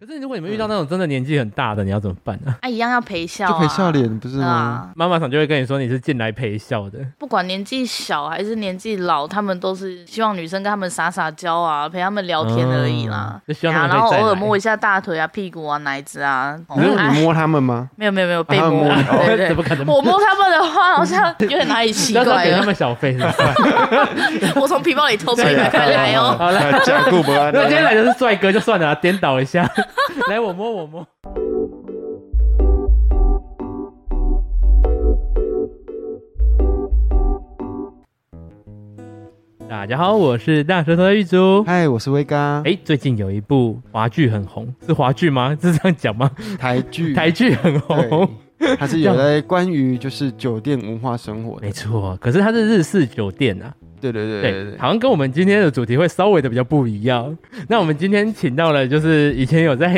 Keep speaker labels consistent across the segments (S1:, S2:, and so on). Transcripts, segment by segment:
S1: 可是如果你们遇到那种真的年纪很大的，你要怎么办呢、
S2: 啊，一样要陪笑、
S3: 就
S2: 啊，
S3: 陪笑脸不是
S2: 对
S3: 吗？
S2: 啊，
S1: 妈妈常就会跟你说你是进来陪笑的，
S2: 不管年纪小还是年纪老，他们都是希望女生跟他们撒撒娇啊，陪他们聊天而已啦。
S1: 嗯就希
S2: 对
S1: 望
S2: 啊，
S1: 他们可以
S2: 然后
S1: 再
S2: 偶尔
S1: 来
S2: 摸一下大腿啊、屁股啊、奶子啊。哦
S1: 嗯
S3: 你说
S2: 哎
S3: 你摸他们 吗？
S2: 没有没有没有被
S3: 他
S2: 摸，啊
S3: 啊摸哦你
S2: 对对
S1: 怎么可能？
S2: 我摸他们的话，好像有点哪里奇
S1: 不要再
S2: 怪
S1: 给他
S2: 了。
S1: 们小费是不是？
S2: 我从皮包里偷出
S3: 啊
S2: 来，快来哦！
S1: 哎好来，
S3: 加固不安
S1: 如果今天来的是帅哥就算了啊，颠倒一下，来我摸我摸。大家好，我是大舌头的玉竹。
S3: 嗨，我是威哥。
S1: 哎，最近有一部华剧很红，是华剧吗？是这样讲吗？
S3: 台剧，
S1: 台剧哦很红，
S3: 对，它是有在关于就是酒店文化生活的
S1: 没。错。可是它是日式酒店啊，
S3: 对对对对
S1: 对，好像跟我们今天的主题会稍微的比较不一样。那我们今天请到了就是以前有在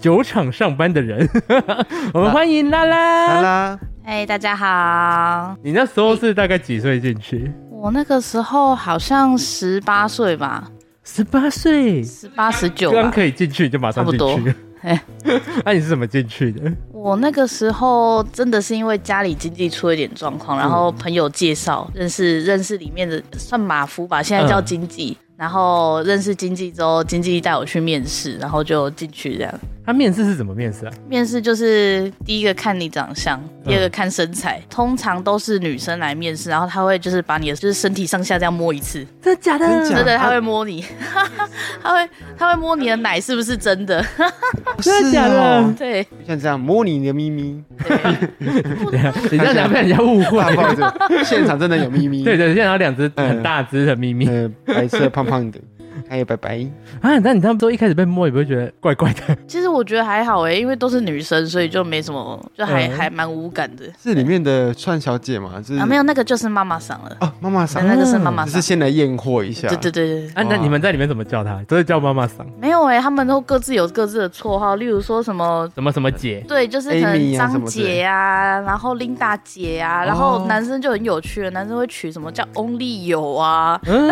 S1: 酒厂上班的人， 我们欢迎拉
S3: 好
S1: 拉。
S3: 啦，
S2: 哎，大家好，
S1: 你那时候是大概几岁进去？
S2: 我那个时候好像十八岁吧，
S1: 十八岁，
S2: 十八十九
S1: 刚
S2: 吧。
S1: 可以进去就马上进
S2: 差不
S1: 去。
S2: 哎
S1: 那、你是怎么进去的？
S2: 我那个时候真的是因为家里经济出了一点状况，然后朋友介绍认识认识里面的算马夫吧，现在叫经济。然后认识经济之后，经济带我去面试，然后就进去这样。
S1: 他面试是怎么面试啊？
S2: 面试就是第一个看你长相，第二个看身材，通常都是女生来面试，然后他会就是把你的就是身体上下这样摸一次，
S1: 真的假的？
S3: 真假
S2: 真的他
S3: 啊
S2: 会摸你， 他会他会摸你的奶是不是真的？
S1: 真的假的
S3: 是哦
S2: 对，
S3: 像这样摸你的咪咪，
S1: 等一下你这样讲被 人家误会。
S3: 啊不好意思，现场真的有咪咪。
S1: 对，对，现在有两只很大只的咪咪、
S3: 呃，白色胖胖的，还有白白。
S1: 啊！那你他们说一开始被摸，你不会觉得怪怪的？
S2: 其实我觉得还好哎、因为都是女生，所以就没什么，就还、
S1: 嗯
S2: 还蛮无感的。
S3: 是里面的串小姐嘛？是
S2: 啊，没有那个就是妈妈桑了，
S3: 嗯哦，妈妈桑
S2: 对，那个是妈妈
S3: 只
S2: 桑
S3: 是。先来验货一下。
S2: 对对对对，对
S1: 啊，那
S3: 哇
S1: 你们在里面怎么叫他？都是叫妈妈桑，
S2: 没有哎、他们都各自有各自的绰号，例如说什么。
S1: 什么什么姐，
S2: 对，就是可能
S3: Amy 啊什
S2: 张
S3: 么之类
S2: 姐啊，然后 Linda 姐啊，然后
S3: 哦
S2: 男生就很有趣了，男生会取什么叫 Only 有啊，
S1: 嗯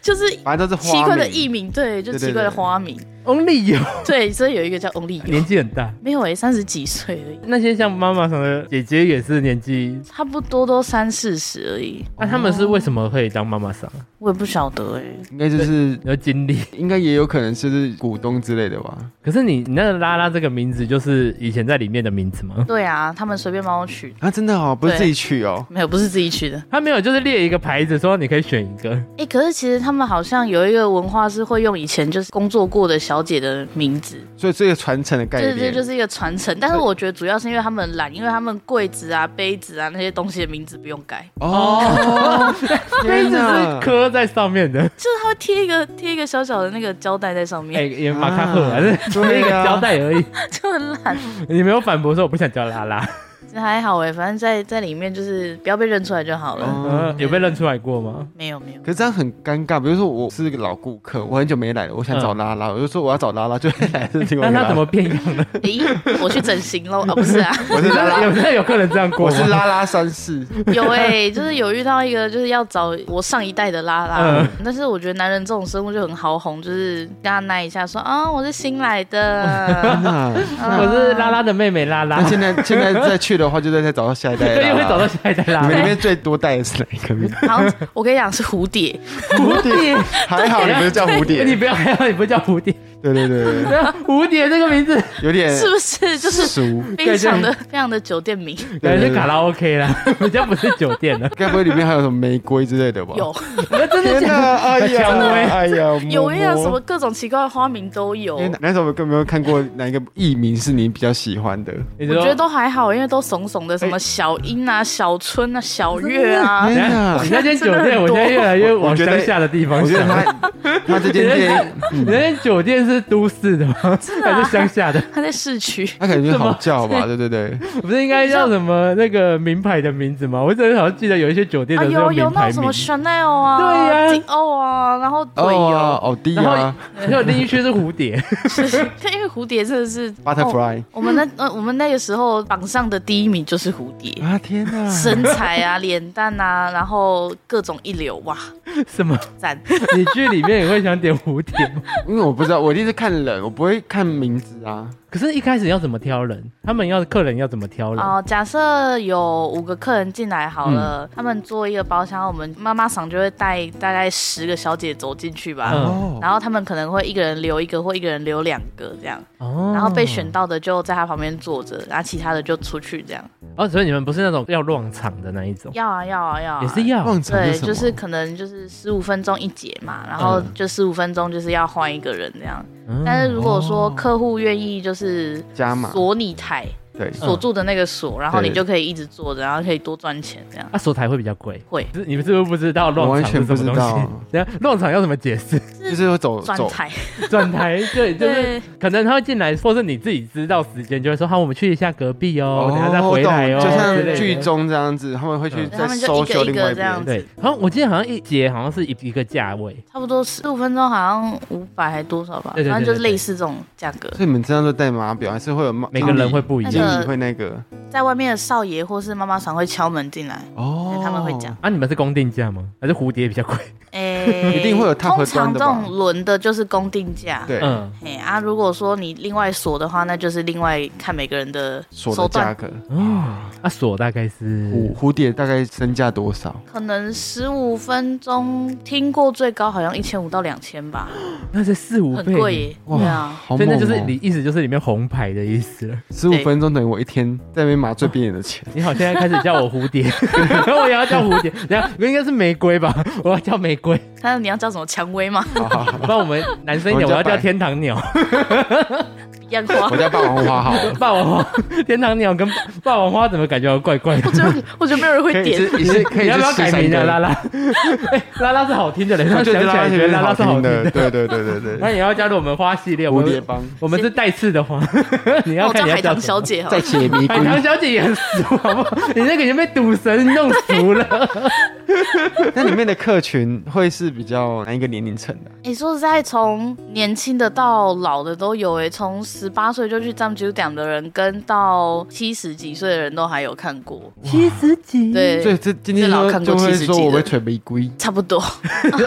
S2: 就是
S3: 反正都是花
S2: 奇怪的
S3: 名
S2: 艺名，对，就
S3: 对对
S2: 奇怪的
S3: 对
S2: 花名，
S1: ，Only 有
S2: 对，所以有一个叫 Only 有
S1: 年，纪很大。
S2: 没有哎、三十几岁而已，
S1: 那些像妈妈桑的姐姐也是年纪，
S2: 差不多都三四十而已，
S1: 那、啊他们是为什么可以当妈妈桑？
S2: 我也不晓得哎、
S3: 应该就是
S1: 有经历。
S3: 应该也有可能是股东之类的吧？
S1: 可是你你那个拉拉这个名字，就是以前在里面的名字吗？
S2: 对啊，他们随便帮我取的，
S3: 啊，真的哦，不是
S2: 对
S3: 自己取哦。
S2: 没有，不是自己取的。
S1: 他没有，就是列一个牌子说你可以选一个。
S2: 哎、可是其实他们好像有一个文化是会用以前就是工作过的小姐的名字，
S3: 所以这个传承的概
S2: 这
S3: 念，
S2: 这就是一个传承。但是我觉得主要是因为他们懒，因为他们柜子啊、杯子啊那些东西的名字不用改，
S3: 哦，
S1: 杯
S3: 天
S1: 子是
S3: 哪！
S1: 刻在上面的，
S2: 就是他会贴一个贴一个小小的那个胶带在上
S1: 哎、
S2: 面，
S1: 也马卡赫，
S3: 啊
S1: 还是
S3: 对啊
S1: 贴一个胶带而已。
S2: 就很懒。
S1: 你没有反驳说我不想叫拉拉，
S2: 这还好哎、反正在在里面就是不要被认出来就好了。
S3: 哦
S1: 嗯，有被认出来过吗？
S2: 没有没有，
S3: 可是这样很尴尬，比如说我是个老顾客，我很久没来了，我想找拉拉，我就说我要找拉拉，就会来是另
S1: 那
S3: 外一个
S1: 他
S3: 拉
S1: 怎么？变样了？
S2: 咦、我去整形喽啊？不是啊，
S3: 我是 拉拉，
S1: 有真的有客人这样过
S3: 我
S1: 吗？
S3: 是拉拉三 世，
S2: 有哎、就是有遇到一个就是要找我上一代的拉拉，
S1: 嗯
S2: 但是我觉得男人这种生物就很好哄，就是跟他奶一下说啊、我是新来 的，
S3: 啊
S1: 我是拉拉的妹妹拉拉
S3: 那，现在现在再去的话，就再再找到下一代的拉拉。
S1: 对， 又会找到下一代拉
S3: 哎你们里
S1: 拉。
S3: 面最多带的是哪一个？
S2: 然后我跟你讲是蝴蝶，
S3: 蝴蝶，还好你不是叫蝴蝶，
S1: 你不要 害怕，你不叫蝴 蝶，
S3: 对对对对，对
S1: 蝴蝶这个名字
S3: 有点
S2: 是不是就是
S3: 俗，
S2: 非 常的非常的酒店名？
S1: 感
S3: 对
S1: 觉是
S3: 对对
S1: 卡拉 OK 啦， 比较不是酒店 了。
S3: 该不会里面还有什么玫瑰之类的吧？
S2: 有
S1: 那真的
S3: 天
S1: 假的？
S3: 哪，哎呀，
S1: 蔷薇
S3: 哎呀，
S2: 有我跟你讲
S1: 哦
S3: 摸摸
S2: 什么？各种奇怪的花名都有，
S3: 哎
S2: 我
S3: 哪种有没有看过哪一个艺名是你比较喜欢的？
S1: 你
S2: 觉得都还好，因为都怂怂的，
S1: 哎
S2: 什么小英啊、小春啊、小月啊，
S3: 天哪
S1: 你那间酒
S2: 真的
S1: 店，
S2: 很
S1: 我
S2: 多
S1: 现在越来越往
S3: 我觉得
S1: 乡下的地方
S3: 我觉得嗯
S1: 想。
S3: 他他这间 店，
S1: 你那间酒店是都市的吗？
S2: 的啊
S1: 还是乡下 的？
S2: 他在市区。
S3: 他感觉好叫吧？对对对，
S1: 不是应该叫什么那个名牌的名字吗？我真的好像记得有一些酒店
S2: 啊，
S1: 的那
S2: 有
S1: 种
S2: 有
S1: 名
S2: 那
S1: 牌
S2: 种什
S1: 名
S2: 么。Chanel 啊，
S1: 对呀
S2: 迪奥啊，然后对
S3: 哦
S2: 有
S3: 啊，，哦弟
S1: 然
S3: 啊
S1: 后，然后另一区是蝴蝶，
S2: 因为蝴蝶真的是哦
S3: ，Butterfly
S2: 我们那呃，我们那个时候榜上的第一名就是蝴蝶，
S1: 哦
S3: 啊，天
S1: 嗯
S3: 哪！
S2: 身材啊、脸蛋啊， 然后各种一流哇，
S1: 什么？
S2: 赞！
S1: 你去里面也会想点蝴蝶吗？
S3: 因为我不知道，我一定定是看人，我不会看名字啊。
S1: 可是，一开始要怎么挑人？他们要客人要怎么挑人？
S2: 哦、假设有五个客人进来好
S1: 嗯
S2: 了，他们做一个包厢，我们妈妈桑就会带大概十个小姐走进去吧。
S1: 嗯
S3: 哦，
S2: 然后他们可能会一个人留一个，或一个人留两个这样，
S1: 哦
S2: 然后被选到的就在他旁边坐着，然后其他的就出去这样。
S1: 哦，所以你们不是那种要乱场的那一种，
S2: 要啊要啊要啊！
S1: 也是要。
S3: 忘场
S2: 对，
S3: 什么
S2: 就是可能就是十五分钟一节嘛，然后
S1: 嗯
S2: 就十五分钟就是要换一个人这样。
S1: 嗯
S2: 但是如果说
S3: 哦
S2: 客户愿意就是
S3: 加码，
S2: 锁你台，
S3: 对，
S2: 锁住的那个锁，然后
S3: 对
S2: 你就可以一直坐着，然后可以多赚钱这样。
S1: 啊，锁台会比较贵。
S2: 会
S1: 是你们是不是不知道乱
S3: 我完
S1: 场
S3: 全
S1: 是什
S3: 不
S1: 么
S3: 知
S1: 东西
S3: 道？
S1: 然后乱场要怎么解 释？
S3: 就是会走
S2: 赚
S3: 走，
S2: 台，
S1: 呃 转台对，就是
S2: 对
S1: 可能他会进来，或是你自己知道时间，就会说好，我们去一下隔壁哦，等一下再回来哦，
S3: 懂就
S1: 之类的
S3: 像剧中这样子，他们会去
S1: 嗯
S2: 对他
S3: 再
S2: 们就
S3: 搜
S2: 一个
S3: 秀
S2: 一
S3: 另外
S2: 个
S3: 一
S2: 这样
S3: 边。
S1: 对
S2: 子，，
S1: 好像我记得好像一节好像是一一个价位，
S2: 差不多十五分钟好像五百还多少吧，
S1: 对对对
S2: 反正就是
S1: 对对
S2: 类似这种价格。
S3: 所以你们这样都带码表，还是会有
S1: 每个人会不一
S2: 那
S3: 经
S1: 样
S2: 个
S3: 理会那个
S2: 在外面的少爷或是妈妈常会敲门进 来，
S3: 哦
S2: 他们会讲，
S1: 啊。你们是公定价吗？还是蝴蝶比较贵？
S2: 诶，
S3: 一定会有 top
S2: 通常
S3: 端的
S2: 这
S3: 吧
S2: 种轮的就是公定价，
S3: 对，
S1: 嗯，
S2: 嘿啊，如果说你另外锁的话，那就是另外看每个人的
S3: 锁
S2: 手
S3: 的
S2: 段
S3: 价格，
S2: 嗯
S1: 哦，啊锁大概
S3: 蝴
S1: 是
S3: 蝴蝶大概身价多少？
S2: 可能十五分钟，听过最高好像一千五到两千吧，
S1: 那是四五
S2: 很
S1: 倍，
S2: 贵耶。对啊，
S3: 好
S1: 所以
S3: 猛
S1: 那
S3: 哦！
S1: 就是你意思就是里面红牌的意思了。
S3: 十五分钟等于我一天在那边麻醉别人的钱，
S1: 你好，现在开始叫我蝴蝶， 我也要叫蝴蝶，等一下应该是玫瑰吧？ 我要叫玫瑰，
S2: 但是你要叫什么蔷薇吗？
S3: 好好好
S1: 不然我们男生一点，
S3: 我
S1: 我
S3: 们叫
S1: 要叫
S3: 白
S1: 天堂鸟。
S2: 一样花
S3: 我，在霸王 花好了，
S1: 霸王花、天堂鸟跟霸王花怎么感觉怪怪的
S2: 我？觉得我觉得没有人会
S3: 可以
S2: 点。哦
S3: 是你是可以
S1: 你要不要
S3: 是
S1: 改
S3: 13
S1: 名啊，
S3: 个
S1: 拉拉？ 哎，拉拉是好听的 嘞，
S3: 我
S1: 想起
S3: 觉得
S1: 来
S3: 拉
S1: 觉得
S3: 觉得
S1: 拉拉是好听的。
S3: 对 对对对
S1: 那
S3: 对，
S1: 你要加入我们花系列，我
S3: 蝴蝶
S1: 们
S3: 帮
S1: 我们是带刺的花， 你
S2: 那
S1: 要
S2: 哦我
S1: 看
S2: 叫
S1: 你要
S2: 海
S1: 叫什么
S2: 棠小。姐好
S3: 在
S2: 了，
S3: 解 迷
S1: 海棠
S3: 宫。
S1: 小姐也很熟，好不好？你那个已经被赌神弄熟了。
S3: 那里面的客群会是比较哪一个年龄层的？
S2: 你说实在，从年轻的到老的都有诶，从十八岁就去占酒点的人，跟到七十几岁的人都还有看过。
S1: 七十几，
S2: 对，
S3: 所以这今天
S2: 这老
S3: 就
S2: 看
S3: 就
S2: 过
S3: 会
S2: 70
S3: 说
S2: 集
S3: 我
S2: 的
S3: 会吹玫瑰，
S2: 差不多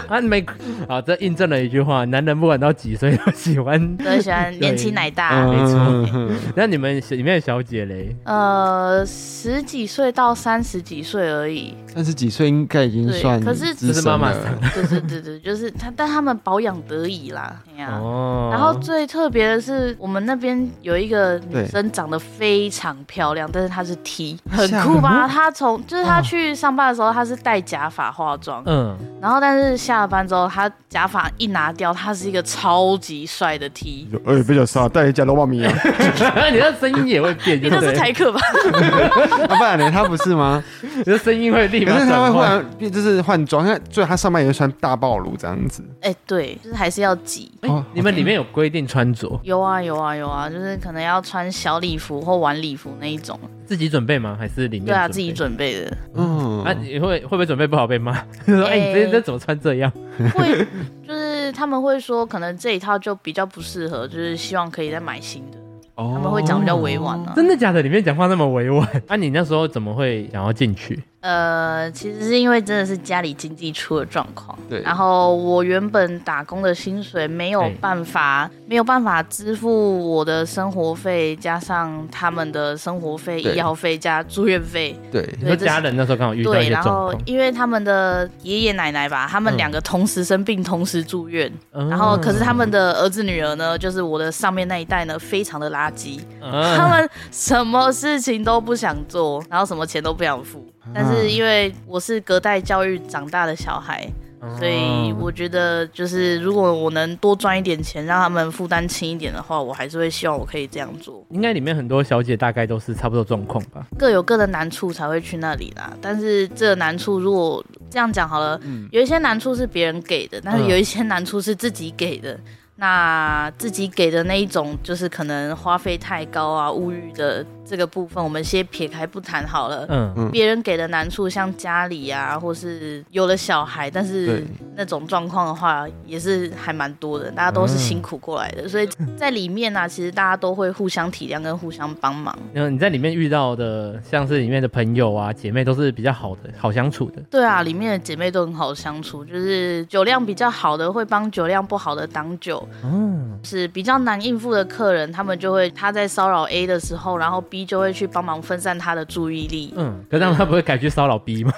S1: 啊，没好，这印证了一句话：男人不管到几岁都喜欢。
S2: 都很喜欢年轻奶大。
S1: 啊没错
S3: 嗯哼
S1: 那你们里面的小姐嘞？
S2: 呃，十几岁到三十几岁而已，
S3: 三十几岁应该已经
S2: 对
S3: 算
S2: 可是
S3: 资
S1: 这是妈
S3: 深
S1: 妈
S3: 了。
S2: 对对对对，就是他，但他们保养得宜啦，哎呀、
S1: 哦，
S2: 然后最特别的是，我们那边有一个女生长得非常漂亮，但是她是 T，很酷吧？她从就是她去上班的时候，她是戴假发化妆，
S1: 嗯，
S2: 然后但是下了班之后，她假发一拿掉，她是一个超级帅的 T。
S3: 哎，不要杀，带你讲罗马米 啊！
S1: 你的声音也会变，
S2: 你
S1: 对
S2: 那
S1: 不
S2: 是
S1: 对？
S2: 台客吧？
S3: 啊不然呢？他不是吗？
S1: 你的声音会立
S3: 可
S1: 马
S3: 是他会
S1: 转
S3: 忽
S1: 换。
S3: 然哦变，就是换装，因为最他上班也会穿大暴露这样子。
S2: 哎、对，就是还是要挤。
S1: 哎、你们里面有规定穿着，
S2: 有啊有啊有啊，就是可能要穿小礼服或晚礼服那一种。啊
S1: 自己准备吗？还是里面？
S2: 对啊，自己。准 备的。
S3: 嗯，
S1: 啊，你会会不会准备不好被骂？ 就说哎、你这
S2: 哎
S1: 这怎么穿这样？
S2: 会就是他们会说，可能这一套就比较不适合，就是希望可以再买新的。
S3: 他
S2: 他们会讲比较委婉。啊。
S1: 哦真的假的？里面讲话那么委婉？啊，你那时候怎么会想要进去？
S2: 呃，其实是因为真的是家里经济出了状况，
S3: 对
S2: 然后我原本打工的薪水没有办法，没有办法支付我的生活费，加上他们的生活费、
S3: 对
S2: 医药费加住院费。
S3: 对，
S1: 你说
S2: 对，这
S1: 家
S2: 是
S1: 人那时候刚好遇到一
S2: 对，
S1: 些
S2: 然
S1: 状
S2: 后
S1: 况，
S2: 因为他们的爷爷奶奶吧，他们
S1: 嗯
S2: 两个同时生病，同时住院，
S1: 嗯
S2: 然后可是他们的儿子女儿呢，就是我的上面那一代呢，非常的垃圾，
S1: 嗯
S2: 他们什么事情都不想做，然后什么钱都不想付。
S1: 嗯
S2: 但是因为我是隔代教育长大的小孩，
S1: 嗯
S2: 所以我觉得就是如果我能多赚一点钱，让他们负担轻一点的话，我还是会希望我可以这样做。
S1: 应该里面很多小姐大概都是差不多状况吧？
S2: 各有各的难处才会去那里啦。但是这个难处，如果这样讲好了，有一些难处是别人给的，但是
S1: 嗯
S2: 有一些难处是自己给的。那自己给的那一种，就是可能花费太高啊，物欲的这个部分，我们先撇开不谈好了。
S1: 嗯，
S2: 别人给的难处，像家里啊，或是有了小孩，但是
S3: 对
S2: 那种状况的话，也是还蛮多的。大家都是辛苦过来的，所以在里面呢、啊，其实大家都会互相体谅跟互相帮忙。
S1: 然后你在里面遇到的，像是里面的朋友啊、姐妹，都是比较好的、好相处的。
S2: 对啊，里面的姐妹都很好相处，就是酒量比较好的会帮酒量不好的挡酒，求，
S1: 嗯，
S2: 是比较难应付的客人，他们就会他在骚扰 A 的时候，然后 B 就会去帮忙分散他的注意力，
S1: 嗯，可是他不会改去骚扰 B 吗？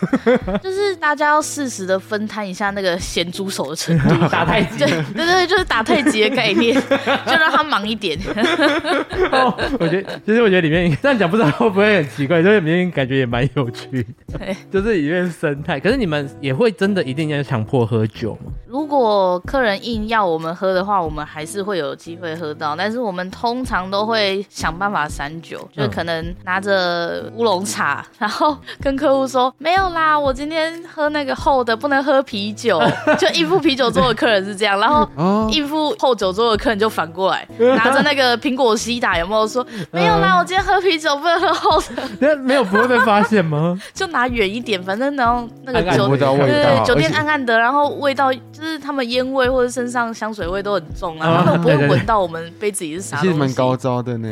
S2: 就是大家要适时的分摊一下那个咸猪手的程 度，
S1: 打太极
S2: 对对对，就是打太极的概念，就让他忙一点。
S1: 哦， 我觉得，其实我觉得里面这样讲不知道会不会很奇怪，就是里面感觉也蛮有趣的
S2: 对，
S1: 就是里面生态。可是你们也会真的一定要强迫喝酒吗？
S2: 如果客人硬要我们喝的话，我们还是会有机会喝到，但是我们通常都会想办法散酒，就是可能拿着乌龙茶，然后跟客户说没有啦，我今天喝那个厚的，不能喝啤酒， 就应付啤酒桌的客人是这样，然后
S3: 哦，
S2: 应付后酒桌的客人就反过来拿着那个苹果西打，有没有说没有啦？我今天喝啤酒不能喝后的，
S1: 那没有不会被发现吗？
S2: 就拿远一点，反正然后那个
S1: 暗暗
S2: 酒
S1: 的
S3: 哎不知道味
S2: 对
S3: 道，
S2: 酒店
S3: 而且
S2: 暗暗的，然后味道就是他们烟味或者身上香水味都很重
S1: 啊
S2: 啊，他们不
S1: 对对
S2: 会
S1: 对
S2: 闻到我们杯子里是啥
S3: 其实
S2: 东
S3: 蛮
S2: 西。
S3: 高招的 呢。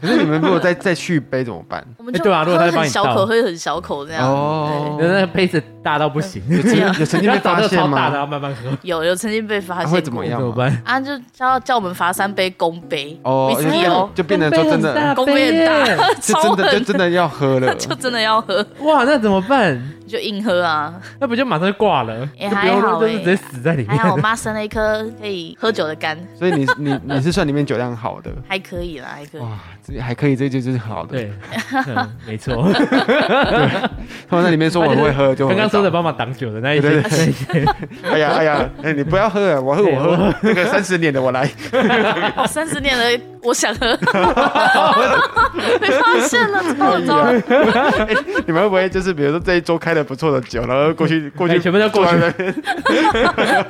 S3: 可是你们如果再再续杯怎么办？
S2: 我们
S1: 哎
S2: 就
S1: 对啊如果
S2: 喝
S1: 他帮
S2: 很
S1: 你
S2: 小
S1: 倒
S2: 口，喝很小口这样。
S3: 哦
S1: 那那杯子大到不行，
S2: 对啊
S3: 有曾经
S1: 你
S3: 被
S1: 要找那
S3: 发
S1: 个
S3: 现
S1: 超大的，
S3: 吗？
S1: 要慢慢喝，
S2: 有有曾经被发
S3: 啊
S2: 现
S3: 会
S2: 过
S3: 怎么
S1: 怎
S3: 样
S1: 么
S3: 吗？
S1: 办？
S2: 啊？就叫叫我们罚三杯公杯，
S3: 哦
S2: 没，事 哦
S3: 就就变成说真的，
S2: 公杯很
S1: 耶
S2: 大，
S3: 是
S2: 超
S3: 真的就
S2: 狠，，
S3: 真的要喝了
S2: 就真的要喝，
S1: 哇，那怎么办？
S2: 就硬喝啊。
S1: 那不就马上就挂了？
S2: 也
S1: 就不
S2: 还
S1: 用
S2: 好
S1: 就是
S2: 欸
S1: 直接死在里
S2: 还
S1: 面。
S2: 好我妈生了一颗可以喝酒的肝，
S3: 所以你你你是算里面酒量好的。
S2: 还可以啦，还可以。
S3: 哇，这还可以，这就是很好的。
S1: 对，嗯没错。
S3: 他们在里面说我很会喝， 就
S1: 刚刚说的
S3: 吧。
S1: 帮忙挡酒的那一
S3: 对
S1: 些，那
S3: 对
S1: 一些
S3: 哎呀哎呀，哎你不要喝，我喝
S1: 对
S3: 我喝，那个三十年的我来。
S2: 哦，三十年了，我想 喝，被发现了，糟了糟了。
S3: 哎 你们会不会就是比如说这一桌开的不错的酒，然后过去过
S1: 哎
S3: 去
S1: 全部都过去。
S3: 坐在那边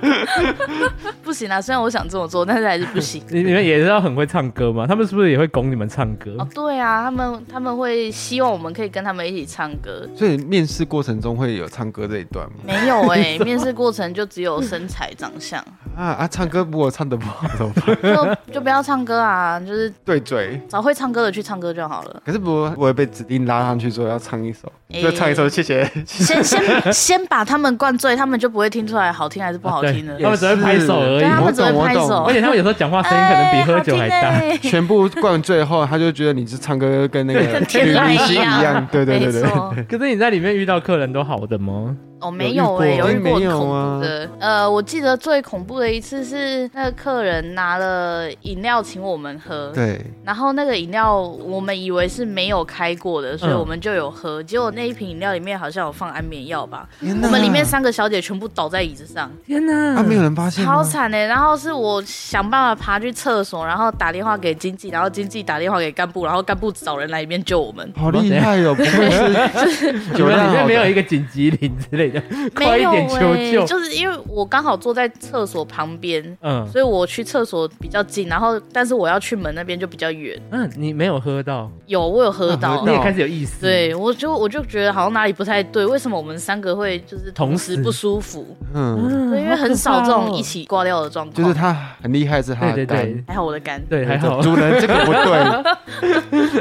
S2: 不行啊啦，虽然我想这么做，但是还是不行
S1: 你你们也是要很会唱歌吗？他们是不是也会拱你们唱歌？
S2: 哦，对啊，他们他们会希望我们可以跟他们一起唱歌。
S3: 所以面试过程中会有唱歌这一段吗？
S2: 没有
S3: 欸
S2: 哎、 面试过程就只有身材、长相，
S3: 啊啊，唱歌如果唱的不好怎么办？
S2: 就就不要唱歌啊，就是
S3: 对嘴。
S2: 找会唱歌的去唱歌就好了。
S3: 可是不我会被指定拉上去说要唱一首，
S2: 哎
S3: 就唱一首谢谢。
S2: 先先先把他们灌醉，他们就不会听出来好听还是不好听了。
S1: 对他们只会拍手而已哦
S2: 对啊他们只会拍
S3: 我懂我
S2: 手
S1: 而且他们有时候讲话声音可能比喝酒还大。
S2: 哎好听欸
S3: 全部灌醉后，他就觉得你是唱歌跟那个
S2: 跟
S3: 女
S2: 天籁
S3: 明
S2: 一
S3: 星一
S2: 样
S3: 样，对对对对
S2: 没。错。
S1: 可是你在里面遇到客人都好的吗？
S2: 哦，没有哎、
S3: 有
S2: 有
S3: 遇
S2: 遇
S3: 过
S2: 过
S3: 没
S2: 很
S3: 有
S2: 恐
S3: 啊
S2: 怖的。呃，我记得最恐怖的一次是那个客人拿了饮料请我们喝，
S3: 对，
S2: 然后那个饮料我们以为是没有开过的，所以
S1: 嗯
S2: 我们就有喝。结果那一瓶饮料里面好像有放安眠药吧？
S3: 我
S2: 我们里面三个小姐全部倒在椅子上，
S1: 天哪
S3: 啊没有人发现吗
S2: 超惨的、然后是我想办法爬去厕所，然后打电话给经纪，然后经纪打电话给干部，然后干部找人来里面救我 们。
S3: 好厉害哦！不愧 是
S1: 你
S3: 酒
S1: 们
S3: 量
S1: 里面
S3: 好
S1: 没有
S3: 的
S1: 一个紧急铃之类的，快
S2: 没
S1: 一
S2: 有
S1: 点求
S2: 欸
S1: 救。
S2: 就是因为我刚好坐在厕所旁边，
S1: 嗯
S2: 所以我去厕所比较近，然后但是我要去门那边就比较远。
S1: 嗯，你没有喝到，
S2: 有我有喝
S3: 啊
S2: 到
S3: 喝
S1: 你
S3: 到，
S1: 也开始有意思。，啊
S2: 对我就我就觉得好像哪里不太对，为什么我们三个会就是同时
S1: 同时
S2: 不舒服？
S3: 嗯，
S2: 对，因为很少这
S1: 哦
S2: 种一。起挂掉的状况。
S3: 就是他很厉害，是他
S1: 对
S3: 的
S1: 对
S3: 肝。
S1: 对
S2: 还好我的肝，
S1: 对，还好
S3: 这主人这个不 对，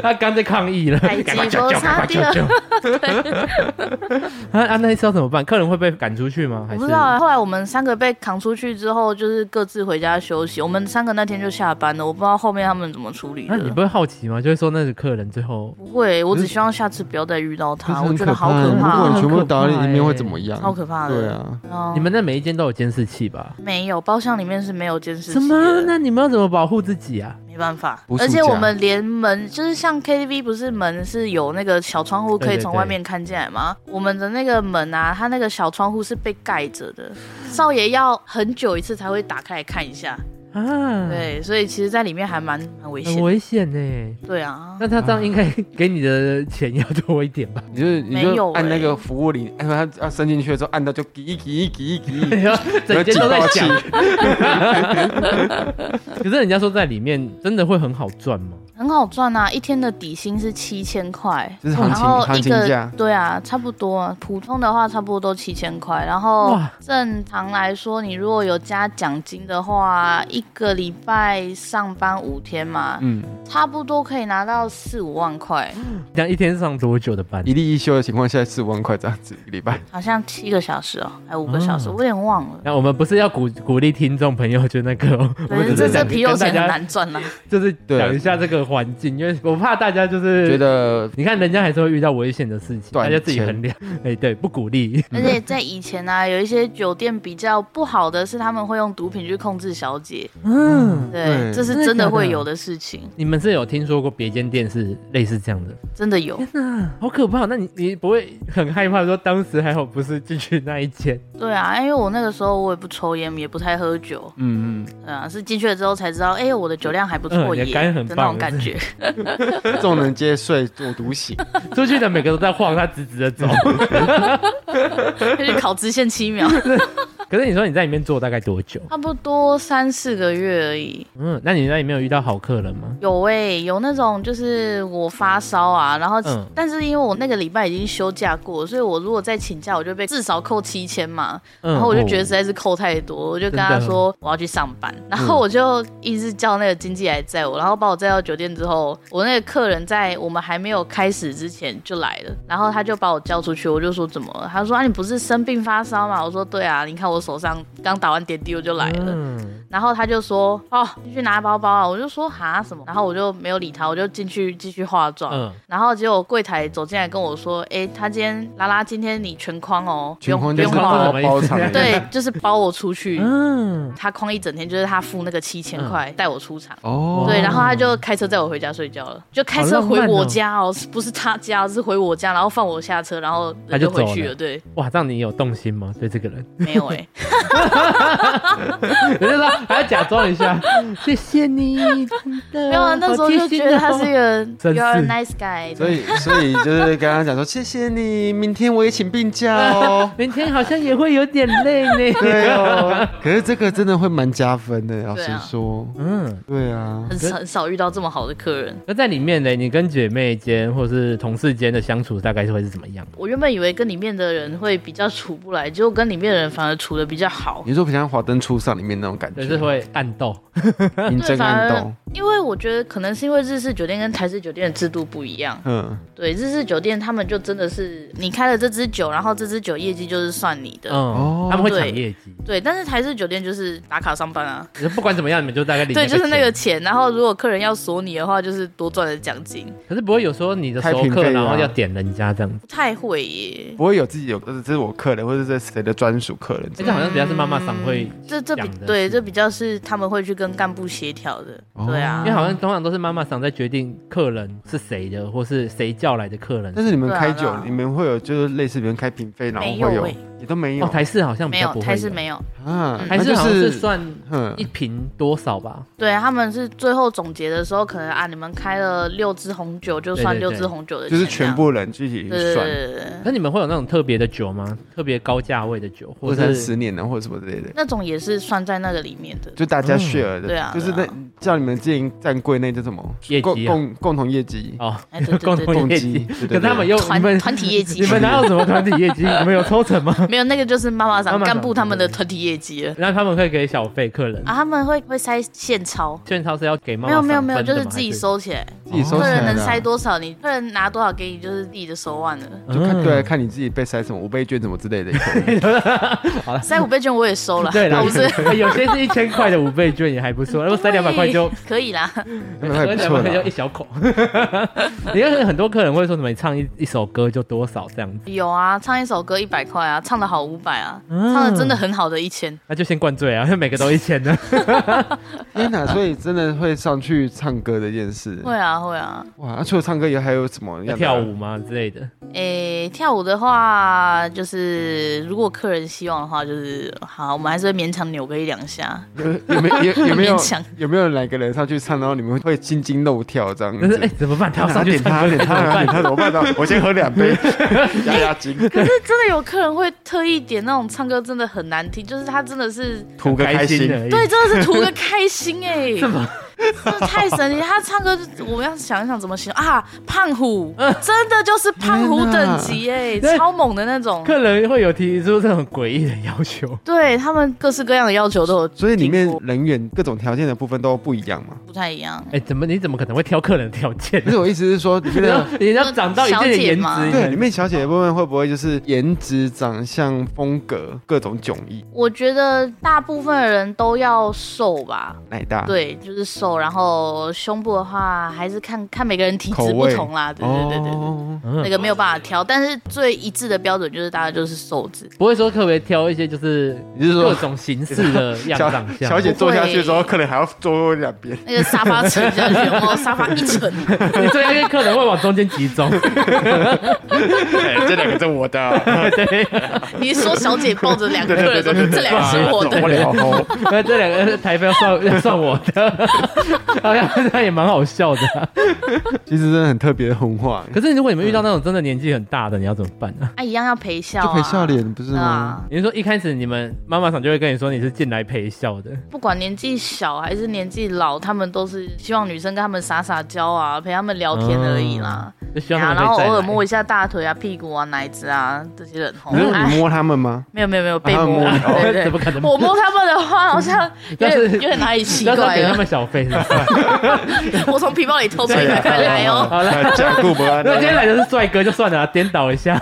S1: 他刚在抗议了，
S2: 太
S1: 赶快
S2: 急
S1: 叫
S2: 不
S1: 叫，赶快叫
S2: 差
S1: 叫。 啊啊！那一次要怎么办？客人会被赶出去吗？还是
S2: 我不知道啊。后来我们三个被扛出去之后，就是各自回家休息。我们三个那天就下班了，我不知道后面他们怎么处理
S1: 那你
S2: 的
S1: 不。会好奇吗？就是说那个客人最后
S2: 不会，我只希望下次不要再遇到
S3: 可是
S2: 他，我
S3: 很
S2: 觉得好
S3: 怕哎
S2: 可
S3: 如果
S2: 怕
S3: 你
S1: 很，
S3: 全部
S1: 可
S3: 倒在
S1: 怕
S3: 里面
S1: 欸
S3: 会怎么样？
S2: 超可怕的。
S3: 对啊，
S2: 啊
S1: 你们那每一间都有监视器吧？
S2: 没有包厢里面是没有监视器啊
S1: 什
S2: 的。
S1: 么？那你们要怎么保护自己啊？
S2: 没办法
S3: 不，
S2: 而
S3: 暑
S2: 且
S3: 假
S2: 我们连门就是像 KTV 不是门是有那个小窗户可
S1: 对
S2: 以
S1: 对
S2: 从
S1: 对
S2: 外面看进来吗？我们的那个门啊，它那个小窗户是被盖着的，少爷要很久一次才会打开来看一下。
S1: 啊，，
S2: 对，所以其实在里面还蛮蛮危
S1: 很
S2: 险。
S1: 危险呢。
S2: 对啊，
S1: 那他这样应该给你的钱要多一 点吧？
S3: 你就你
S2: 没
S3: 就
S2: 有
S3: 按那
S2: 欸
S3: 个服务铃，哎按他要啊伸进去的时候按到就滴滴 滴滴滴，
S1: 然后整间都在
S3: 有
S1: 讲
S3: 警报，
S1: 可是人家说在里面真的会很好赚吗？
S2: 很好赚啊，一天的底薪是七千块。
S3: 这是行
S2: 然
S3: 情
S2: 后
S3: 行
S2: 一
S3: 情价
S2: 个。对啊，差不多啊，普通的话差不多都七千块。然后
S1: 哇
S2: 正常来说，你如果有加奖金的话，一一个礼拜上班五天嘛，
S3: 嗯，
S2: 差不多可以拿到四五万块，
S1: 这样一天上多久的班？
S3: 一例一休的情况下四五万块这样子一个礼拜。
S2: 好像七个小时哦，还五个小时，
S1: 嗯
S2: 我有点忘了。
S1: 那我们不是要鼓鼓励听众朋友，就那个哦，我
S2: 反
S1: 们
S2: 正
S1: 只
S2: 这
S1: 是
S2: 这
S1: 想
S2: 皮肉
S1: 跟
S2: 钱
S1: 大
S2: 很
S1: 家
S2: 难 赚呐、
S1: 就是
S3: 对啊
S1: 讲一下这个环境，因为我怕大家就是
S3: 觉得
S1: 你看人家还是会遇到危险的事情，
S3: 短
S1: 大家自己
S3: 钱
S1: 衡量。哎、对，不鼓励。
S2: 而且在以前呢、啊，有一些酒店比较不好的是，他们会用毒品去控制小姐，
S1: 嗯，
S2: 对，
S3: 对
S2: 这是真的会有的事情，
S1: 你们是有听说过别间店是类似这样的？
S2: 真的有。
S1: 好可怕！那你你不会很害怕说当时还好不是进去那一间？
S2: 对啊，因为我那个时候我也不抽烟，也不太喝酒，
S3: 嗯
S2: 对啊，是进去了之后才知道，哎、我的酒量还不错
S1: 嗯
S2: 耶，
S1: 你的肝很
S2: 的那
S1: 棒
S2: 种感觉。
S3: 嗯，众人皆睡我独醒，
S1: 出去的每个都在晃，他直直的 走。
S2: 就是考支线七 秒，
S1: 可是你说你在里面坐大概多久？
S2: 差不多三四个月而已。
S1: 嗯，那你在里面有遇到好客人吗？
S2: 有诶、有那种就是我发烧啊，然后、
S1: 嗯
S2: 但是因为我那个礼拜已经休假过，所以我如果再请假，我就被至少扣七千嘛。
S1: 嗯
S2: 然后我就觉得实在是扣太多，我就跟他
S1: 真的
S2: 说我要去上班，然后我就一直叫那个经纪来载我，然后把我载到酒店之后，我那个客人在我们还没有开始之前就来了，然后他就把我叫出去，我就说怎么了？他说啊你不是生病发烧吗？我说对啊，你看我手上刚打完点滴我就来了。
S1: 嗯
S2: 然后他就说：“哦，你去拿包包啊！”我就说：“哈什么？”然后我就没有理他，我就进去继续化妆。
S1: 嗯，
S2: 然后结果柜台走进来跟我说：“哎，他今天拉拉今天你全框哦，不
S3: 全
S2: 用
S3: 框
S2: 不
S3: 就是
S2: 用
S1: 全
S2: 花
S1: 框
S2: 了
S3: 包
S1: 不用
S3: 包场
S1: 花，
S2: 对，就是包我出去。
S1: 嗯，
S2: 他框一整天，就是他付那个七千块带我出场。
S3: 哦，
S2: 对，然后他就开车载我回家睡觉了，就开车回我家哦，是不是他家，是回我家，然后放我下车，然后
S1: 他
S2: 人
S1: 就
S2: 就回
S1: 走
S2: 去
S1: 了
S2: 了。对，
S1: 哇，这样你有动心吗？对这个人，
S2: 没有 哎，
S1: 人家说还要假装一 下，谢谢你，真的。
S2: 没有啊，那时候就觉
S1: 哦
S2: 得他是一个
S1: 真
S2: you are a
S1: 是。
S2: nice guy，
S3: 所以所以就是跟他讲说，谢谢你，明天我也请病假哦
S1: 明天好像也会有点累 呢。
S3: 对哦，可是这个真的会蛮加分
S2: 啊
S3: 的，老实说。
S1: 嗯，
S3: 对啊，
S2: 很少很少遇到这么好的客人。
S1: 那在里面呢，你跟姐妹间或是同事间的相处大概是会是怎么样？
S2: 我原本以为跟里面的人会比较处不来，结果跟里面的人反而处的比较好。
S3: 你说像《华灯初上》里面那种感觉，
S1: 就是会暗斗，
S3: 明争暗斗。
S2: 因为我觉得可能是因为日式酒店跟台式酒店的制度不一样，
S3: 嗯，
S2: 对日式酒店他们就真的是你开了这支酒，然后这支酒业绩就是算你的。
S1: 嗯，
S3: 哦
S1: 他们会抢
S2: 对
S1: 业绩，
S2: 对，但是台式酒店就是打卡上班啊，
S1: 就是不管怎么样，你们就大概领
S2: 对，就是那个
S1: 钱。
S2: 钱。然后如果客人要锁你的话，就是多赚的奖金。
S1: 可是不会有说你的
S3: 开
S1: 熟
S3: 瓶
S1: 客，
S3: 费啊
S1: 然后要点人家这样子，
S2: 不太会耶，
S3: 不会有自己有，这是我客人，或者这是谁的专属客人。
S1: 哎，这好像比较是妈妈桑会，
S2: 这这比
S1: 讲的
S2: 对
S1: 是
S2: 这比较是他们会去跟干部协调的，
S3: 哦
S2: 对啊
S1: 因为。哎好像通常都是妈妈桑在决定客人是谁的，或是谁叫来的客人。
S3: 但是你们开
S2: 对
S3: 酒
S2: 啊，
S3: 你们会有就是类似别人开瓶费，然后
S2: 没
S3: 会
S2: 有
S3: 有
S2: 欸
S3: 也都没
S1: 哦，
S3: 有
S1: 台式好像比
S2: 没
S1: 较
S2: 有
S1: 不会，
S2: 台式，没有，
S3: 啊，
S1: 台
S3: 那
S1: 式
S3: 就
S1: 好像是算
S3: 嗯
S1: 一瓶多少吧？
S2: 对他们是最后总结的时候，可能啊，你们开了六支红酒，就算
S1: 对对
S2: 六
S1: 对
S2: 支红酒的钱，
S3: 就是全部人具体
S2: 这样。对对
S3: 算，
S2: 对对对，
S1: 那你们会有那种特别的酒吗？特别高价位的酒，
S3: 或
S1: 或
S3: 者
S1: 是
S3: 十年的或者什么之类的。
S2: 那种也是算在那个里面的。
S3: 就大家 share 的，
S2: 对啊
S3: 就是那
S2: 对啊
S3: 叫你们进站柜内叫什么？
S1: 业绩
S3: 共
S1: 啊
S3: 共共同业绩，
S1: 哦
S2: 哎对对，
S1: 共
S2: 对
S1: 同业
S3: 对
S1: 绩
S3: 对对。对
S1: 可是他们又你
S2: 团
S1: 们
S2: 团体业绩
S1: 你，们哪有什么团体业绩？你们有抽成吗？
S2: 没有那个就是妈妈
S1: 妈
S2: 长
S1: 妈桑
S2: 干部他们的团体业绩了
S1: 那他们会给小费客人？
S2: 啊，他们会会塞现钞。
S1: 券超是要给妈
S2: 没
S1: 妈
S2: 有
S1: 赏分
S2: 没
S1: 的吗
S2: 有没有，就是自己，收起来，
S3: 自己收起
S2: 客
S3: 来
S2: 人
S3: 的啊
S2: 能塞多少，你客人拿多少给你，就是自己的手腕了。
S1: 还
S3: 就是看对啊，
S1: 嗯
S3: 看你自己被塞什么五倍券什么之类的也可以。
S2: 塞五倍券我也收了，
S1: 对啦，哎
S2: 我是
S1: 有有些是一千块的五倍券也还不错，
S2: 哎
S1: 然后塞两百块就
S2: 可以啦。
S3: 那还不
S1: 两 百
S3: 错
S1: 块就
S3: 啦
S1: 一。小口。你看很多客人会说什么，你唱一一首歌就多少这样子，
S2: 有啊，唱一首歌一百块啊，唱的好五百啊，
S1: 嗯
S2: 唱的真的很好的一千。
S1: 那就先灌醉啊，每个都一千的。
S3: 天哪，所以真的会上去唱歌的一件事。
S2: 会啊会啊，
S3: 哇，那除了唱歌以外还有什么样的
S1: 跳舞？吗之类的？
S2: 诶、跳舞的话，就是如果客人希望的话，就是好，我们还是会勉强扭个一两下。
S3: 有 有没有有没有
S2: 勉强
S3: 有没有哪个人上去唱，然后你们会心惊肉跳这样
S1: 但是
S3: 子
S1: 哎，？怎么办？他要上去
S3: 点嗯他，
S1: 唱歌
S3: 点他，
S1: 怎么办？
S3: 点他怎么办呢？ 我先喝两杯压压惊，
S2: 可是真的有客人会特意点那种唱歌真的很难听，就是他真的是
S3: 图个开
S1: 开
S3: 心
S1: 心。而已。
S2: 对，真的是图个开心哎、
S1: 这么
S2: 真的太神奇！他唱歌，我要想一想怎么形容啊？胖 虎，
S3: 嗯
S2: 真的就是胖虎等级哎、
S3: 啊
S1: 对
S2: 超猛的那种。
S1: 客人会有提出这种诡异的要求，
S2: 对他们各式各样的要求都有听过，
S3: 所以里面人员各种条件的部分都不一样嘛。
S2: 不太一样。
S1: 哎，怎么你怎么可能会挑客人的条件
S3: 不
S1: 呢？
S3: 是我意思是说，里面
S1: 你要
S3: 的
S1: 你要长到一定的颜
S2: 小姐
S1: 值，
S2: 吗
S3: 啊对里面小姐的部分会不会就是颜值、长相、风格各种迥异？
S2: 我觉得大部分的人都要瘦吧，
S3: 奶大，
S2: 对，就是瘦。然后胸部的话，还是看看每个人体
S3: 口
S2: 质不
S3: 味
S2: 同啦。对对
S3: 哦，
S2: 对对对，那个没有办法挑。但是最一致的标准就是大家就是瘦子。
S1: 不会说特别挑一些就是
S3: 你是说
S1: 各种形式的样
S3: 小
S1: 长相。
S3: 小姐坐下去之后，客人还要坐两边，
S2: 那个沙发沉下去，哦，沙发一沉，
S1: 你这样客人会往中间集 中，
S3: 哎这两个是我的，啊
S1: 对，
S2: 你是说小姐抱着两个人说
S3: 对对对对
S2: 这两个是我的
S3: 走，不了。
S1: 那这两个台费要算要算我的， 好像 那也蛮好笑的啊、
S3: 其实真的很特别的文化，
S1: 可是如果你们遇到那种真的年纪很大的，你要怎么办呢、
S2: 啊，一样要陪笑、
S3: 就
S2: 啊，
S3: 陪笑脸不是吗？
S2: 啊，
S1: 你是说一开始你们妈妈厂就会跟你说你是进来陪笑的，
S2: 不管年纪小还是年纪老，他们都是希望女生跟他们撒撒娇啊，陪他们聊天而已啦。
S1: 就希
S2: 对
S1: 望他
S2: 啊，
S1: 们可
S2: 然
S1: 以
S2: 后
S1: 再来
S2: 偶尔摸一下大腿啊、屁股啊、奶子啊这些人吼。
S3: 你说你
S2: 哎，
S3: 摸他们吗？
S2: 没有没有没有被
S3: 他们
S2: 摸，
S3: 摸
S2: 对对
S1: 怎么可能
S2: 我摸他们的话，好像有
S1: 但
S2: 点
S1: 是
S2: 有点哪里奇
S1: 那时候
S2: 怪
S1: 给他
S2: 了。
S1: 们小费是不是。
S2: 我从皮包里偷出一百块来哦。
S1: 好了，
S3: 讲顾不安
S1: 那今天来的是帅哥就算了啊，颠倒一下，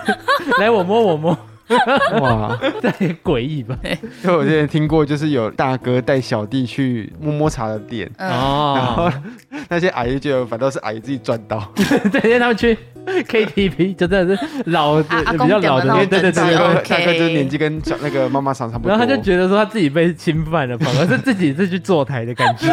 S1: 来我摸我摸，
S3: 哇！
S1: 这也诡异吧？
S3: 因为我之前听过，就是有大哥带小弟去摸摸茶的店，
S2: 嗯，
S3: 然后
S1: 哦，
S3: 那些阿姨就反倒是阿姨自己赚到，
S1: 对，因为他们去 KTV 就真的是老的
S2: 啊阿公
S1: 比较老的
S2: 点
S1: 那
S2: 的那种
S1: 种，对对对
S2: 等级
S3: 大
S1: 对
S3: 哥
S1: 对。
S2: OK
S3: 大哥就是年纪跟小那个妈妈常差不多，
S1: 然后他就觉得说他自己被侵犯了，反 而是自己是去坐台的感觉。